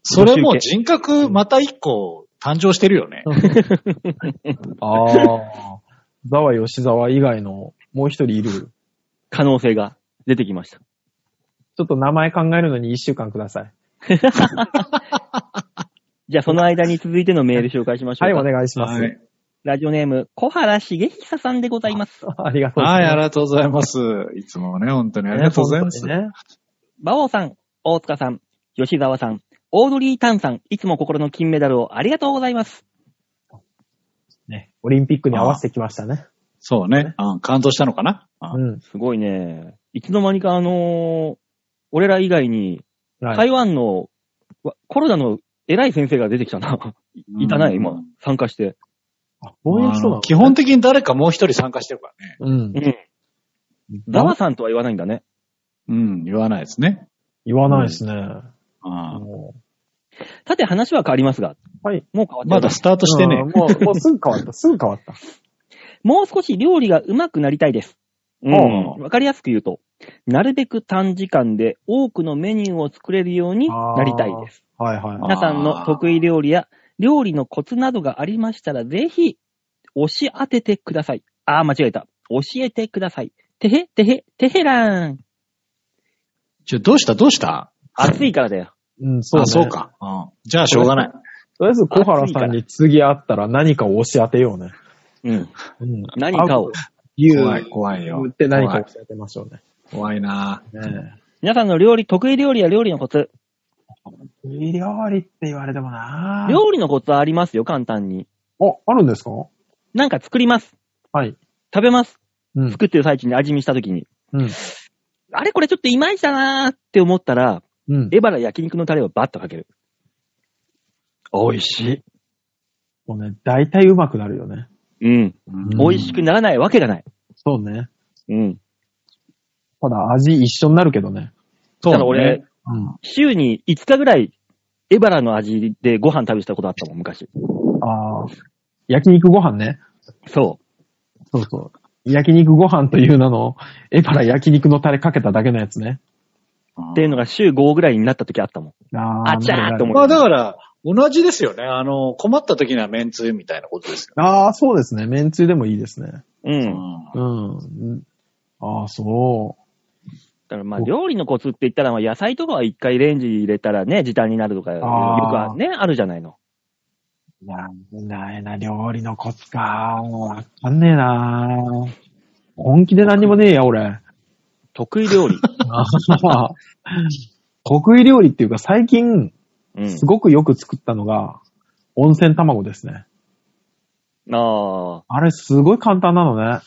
D: それもう人格また一個誕生してるよね。
C: ああ。だわ、吉沢以外のもう一人いる。
B: 可能性が出てきました。
C: ちょっと名前考えるのに一週間ください。
B: じゃあ、その間に続いてのメール紹介しましょ
C: は
B: う
C: い、
B: か。
C: お願いします。
D: はい。
B: ラジオネーム、小原茂久さんでございます。
C: ありがとうござ
D: はいい、
C: ます。
D: ありがとうございます。いつもね、本当にありがとうございます。
C: ね。
B: 馬王さん、大塚さん、吉沢さん、オードリー・タンさん、いつも心の金メダルをありがとうございます。
C: ねオリンピックに合わせてきましたね。
D: そうね。うん、感動したのかな、
C: う
D: う
C: んん。
B: すごいね。いつの間にかあのー俺ら以外に、
C: はい。
B: 台湾の、わコロナの偉い先生が出てきたな。いたな、い、今。参加して。
C: あ、
D: うん
C: 防衛基礎
D: あ
C: な
D: の
C: の
D: 基本的に誰かもう一人参加してるからね。
C: うん
B: う。ん。ダワさんとは言わないんだね。
D: うん、言わないですね。
C: 言わないですね。
D: あ
C: も
B: さて話は変わりますが。
C: はい。
B: もう変わっ
D: あ
B: てま
D: まだスタートしてね
C: うん。もう、もうすぐ変わった。すぐ変わった。
B: もう少し料理が上手くなりたいです。うんん。わかりやすく言うと、なるべく短時間で多くのメニューを作れるようになりたいです。
C: はいはい。
D: あー
B: 皆さんの得意料理や料理のコツなどがありましたら、ぜひ、押し当ててください。あー、間違えた。教えてください。てへ、てへ、てへらーん。
D: ちょ、どうしたどうした
B: 暑いからだよ。
C: うん、そう、ね。
D: あ、そう。か。うん。じゃあ、しょうがない。
C: とりあえず小原さんに次会ったら何かを押し当てようね。
B: うん。
C: うん。
B: 何かを。
C: 言
D: 怖い、怖いよ。
C: 言って何か
D: 怖
C: を
D: い
C: 押し当てましょうね。
D: 怖いな
C: ね
B: 皆さんの料理、得意料理や料理のコツ。
C: え。料理って言われてもな
B: 料理のコツはありますよ、簡単に。
C: あ、あるんですか
B: なんか作ります。
C: はい。
B: 食べます。
C: うん。
B: 作ってる最中に味見した時に。
C: うん。
B: あれこれちょっといまいちだなーって思ったら、
C: うん。
B: エバラ焼肉のタレをバッとかける。美味し
C: もうね、大体うまくなるよね。
B: い。うん。
D: うん
B: 美味しくならないわけがない。
C: そうね。
B: うん。
C: ただ味一緒になるけどね。
D: そう
B: ただ俺、
D: ね。
C: うん。
B: 週に5日ぐらい、エバラの味でご飯食べてたことあったもん、昔。
C: ああ。焼肉ご飯ね。
B: そ
C: そうそう。焼肉ご飯という名の、エパラ焼肉のタレかけただけのやつね。
B: う。っていうのが週5ぐらいになった時あったもん。
C: あ
B: あちゃーっと思
D: まあ
B: う。
D: だから、同じですよね。あの、困った時にはめんつゆみたいなことですよ。
C: ああ、そうですね。めんつゆでもいいですね。
B: うん。
C: うん。ああ、そ
B: だからまあ料理のコツって言ったら、まあ野菜とかは一回レンジ入れたらね、時短になるとか、よく
C: あー
B: はね、あるじゃないの。
C: う。なんでないな、料理のコツか。もうわかんねえな。本気で何もねえや、俺。
B: 得意 <laughs> 料理。
C: <laughs> 得意料理っていうか、最近、
B: うん
C: す。ごくよく作ったのが、温泉卵ですね。
B: ああ。
C: あれ、すごい簡単なのね。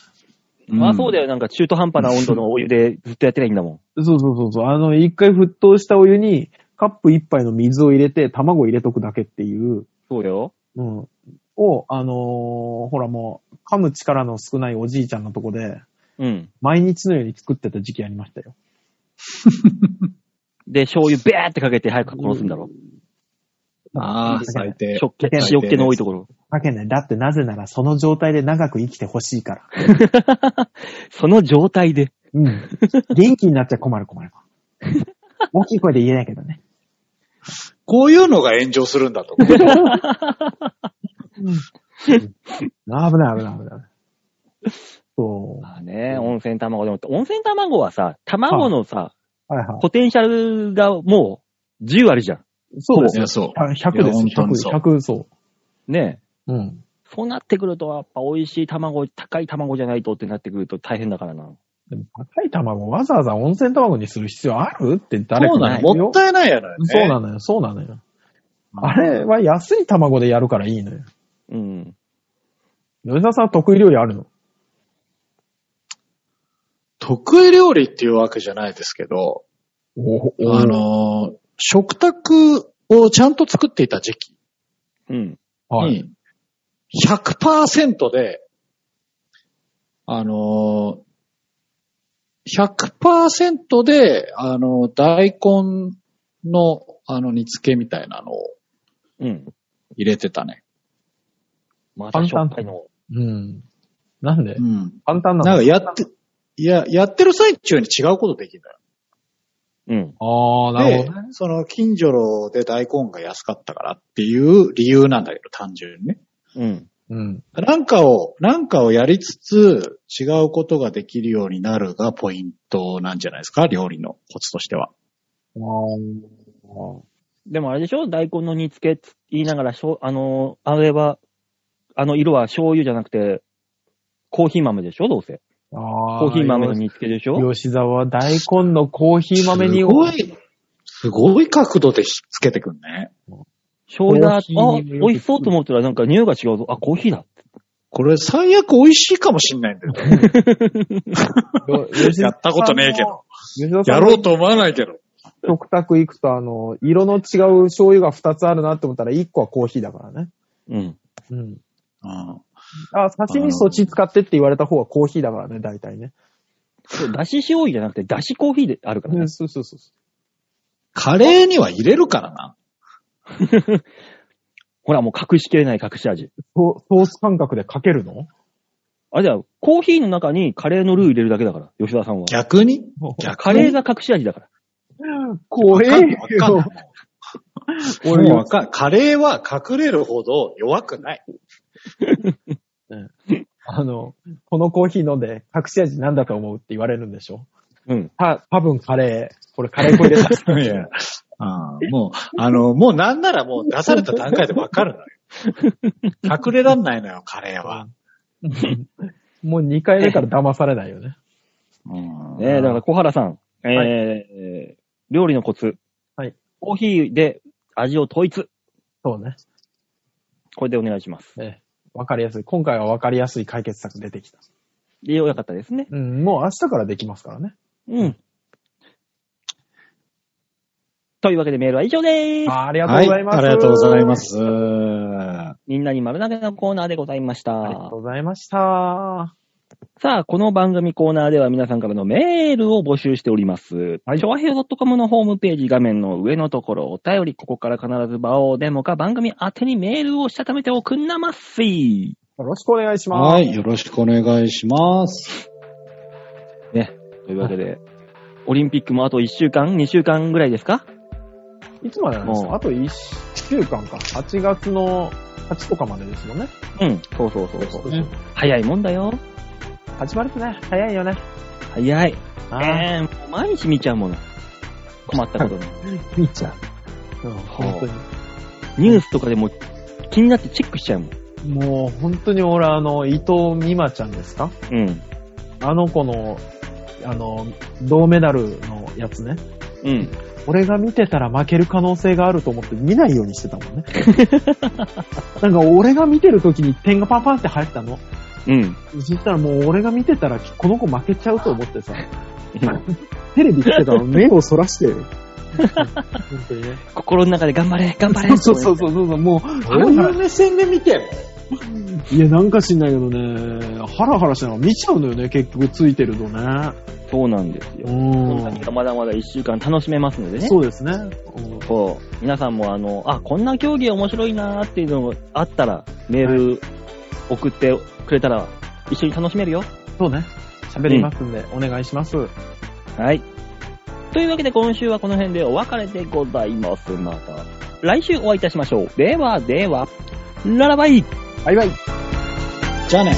B: まあそうだよ、なんか中途半端な温度のお湯でずっとやってないいんだも
C: そうそうそうそう。あの、一回沸騰したお湯に、カップ一杯の水を入れて、卵入れとくだけっていう、
B: ん。そうだよ。
C: うん。を、あのーほらもう、噛む力の少ないおじいちゃんのとこで、
B: うん。
C: 毎日のように作ってた時期ありましたよ。
B: で、醤油ベーってかけて早く殺すんだろ。
D: ああ、最低。
B: 食気、
C: 最低
B: 塩気の多いところ。
C: わけね。だってなぜなら、その状態で長く生きてほしいから。
B: <laughs> その状態で。
C: うん。元気になっちゃ困る <laughs> 困る。大きい声で言えないけどね。
E: こういうのが炎上するんだと思う。
C: 危ない危ない危ない。そ
B: まあね、温泉卵でも、温泉卵はさ、卵のさ、
C: う。はいは
B: ポテンシャルがもう10割じゃん。
C: い。そうです
D: い
C: ね
D: や、。そ
C: あ100です。
D: いや本当にそう
C: 100、100、そ
B: ね
C: う。うん。
B: え。そうなってくると、やっぱ美味しい卵、高い卵じゃないとってなってくると大変だからな。
C: でも高い卵わざわざ温泉卵にする必要あるって
D: う。
C: 誰か
D: そう
C: が
D: な
C: 言
D: の。
C: う
D: も
C: よ
D: ったいないやろよね。
C: そうなのよ、そうなのよ。あれは安い卵でやるからいいのよ。
B: うん。
C: 吉田さんは得意料理あるの
E: 得意料理っていうわけじゃないですけど、
C: お
D: あのー、食卓をちゃんと作っていた時期
B: うん。
C: はい。
D: に、100%で、あのー、100%で、あのー、大根の、あの、煮付けみたいなのを
B: うん。
D: 入れてたね。
B: またしょっぱいの。
C: うん。なんで
D: うん。
C: 簡単なの
D: なんかやって、いや、やってる最中に違うことできる
B: うん。
C: ああ、
D: の
C: なる
D: よ。
C: ほ
D: で
C: どね。、
D: その近所で大根が安かったからっていう理由なんだけど、単純にね。
B: うん。
C: うん。
D: なんかを、なんかをやりつつ、違うことができるようになるがポイントなんじゃないですか料理のコツとしては。
C: あー
B: でもあれでしょ大根の煮付けつ言いながら、しょうあのー、あれは、あの色は醤油じゃなくて、コーヒー豆でしょどうせ。
C: あー。
B: コーヒー豆の煮付けでしょ
C: 吉沢は大根のコーヒー豆に
D: すごい、すごい角度でひっつけてくんね。
B: 醤油だ。あ、
C: コーヒー豆
B: 美味しそうと思ったらなんか匂いが違うぞ。あ、コーヒーだ。
D: これ最悪美味しいかもしんないんだよ。やったことねえけど。
C: 吉沢さん
D: や
C: の
D: ろうと思わないけど。
C: 食卓行くと、あの、色の違う醤油が2つあるなって思ったら、1個はコーヒーだからね。
B: うん。
C: うん。
D: うん
C: あ、刺身そっち使ってって言われた方はコーヒーだからね、大体ね。
B: そうだし醤油じゃなくて、だしコーヒーであるから
C: う
B: ね
C: ん、。そうそうそうそ
D: カレーには入れるからな。
B: ほら、もう隠しきれない隠し味。
C: う。ソソース感覚でかけるの
B: あ、じゃあ、コーヒーの中にカレーのルー入れるだけだから、吉田さんは。
D: 逆に逆
B: カレーが隠し味だから。
C: 怖え
D: わかんない
C: よ。
D: もう
C: 俺
D: わかんないカレーは隠れるほど弱くない。
C: あの、このコーヒー飲んで隠し味なんだと思うって言われるんでしょ
B: うん。
C: た、多分カレー。これカレー粉入れた。
D: <laughs> いや、あーもう、あの、もうなんならもう出された段階でわかるのよ。隠れらんないのよ、カレーは。
C: もう2回目から騙されないよね。
D: うん
B: ねえ、だから小原さん、えー
C: はい
B: 料理のコツ。
C: はい。
B: コーヒーで味を統一。
C: そうね。
B: これでお願いします。
C: ねわかりやすい。今回はわかりやすい解決策出てきた。
B: で、よかったですね。
C: うん、もう明日からできますからね。
B: うん。というわけでメールは以上でーす。
C: あありがとうございます、
D: はい、ありがとうございま。す。は
B: みんなに丸投げのコーナーでございました。
C: ありがとうございました。
B: さあ、この番組コーナーでは皆さんからのメールを募集しております。
C: はい
B: 昭和平和 .com のホームページ画面の上のところ、お便り、ここから必ず場をデモか番組宛てにメールをしたためておくんなまっせい。
C: よろしくお願いします。
D: い、よろしくお願いします。
B: ね。というわけで、オリンピックもあと1週間 ?2 週間ぐらいですか
C: いつまでなんです
B: もう
C: かあと1週間か。8月の8とかまでですよね。
B: うん。そうそうそうそう。
C: ね
B: 早いもんだよ。
C: 始まるとね、早いよね。
B: 早い。え
C: あ
B: えもう毎日見ちゃうもの。困ったことに。
C: ー、見ちゃう。うん、本
B: ニュースとかでも気になってチェックしちゃうもん。
C: 当に。もう本当に俺あの、伊藤美誠ちゃんですか
B: うん。
C: あの子の、あの、銅メダルのやつね。
B: うん。
C: 俺が見てたら負ける可能性があると思って見ないようにしてたもんね。 <laughs> なんか俺が見てる時に点がパンパンって入ったの。
B: うん。
C: そしたらもう俺が見てたらこの子負けちゃうと思 <laughs> ってさ、テレビつけたら目をそら <laughs> して、本当にね。
B: 心の中で頑張れ、頑張れ。
C: <laughs> そうそうそうそうそう、も
D: どういう目線で見てんの
C: う、いやなんか知んないけどね、ハラハラしながら見ちゃうのよね、結局ついてるとね。
B: そうなんです
C: う
B: よ。この先
C: ん。
B: がまだまだ1週間楽しめますのでね。
C: そうですね。うん
B: そう。皆さんもあの、あ、こんな競技面白いなーっていうのがあったら、メール送ってくれたら、一緒に楽しめるよ。
C: そうね。喋りますんで、お願いします。
B: はい。というわけで今週はこの辺でお別れでございます。また来週お会いいたしましょう。ではでは、ララバイ
C: バイバイ。
D: じゃあね。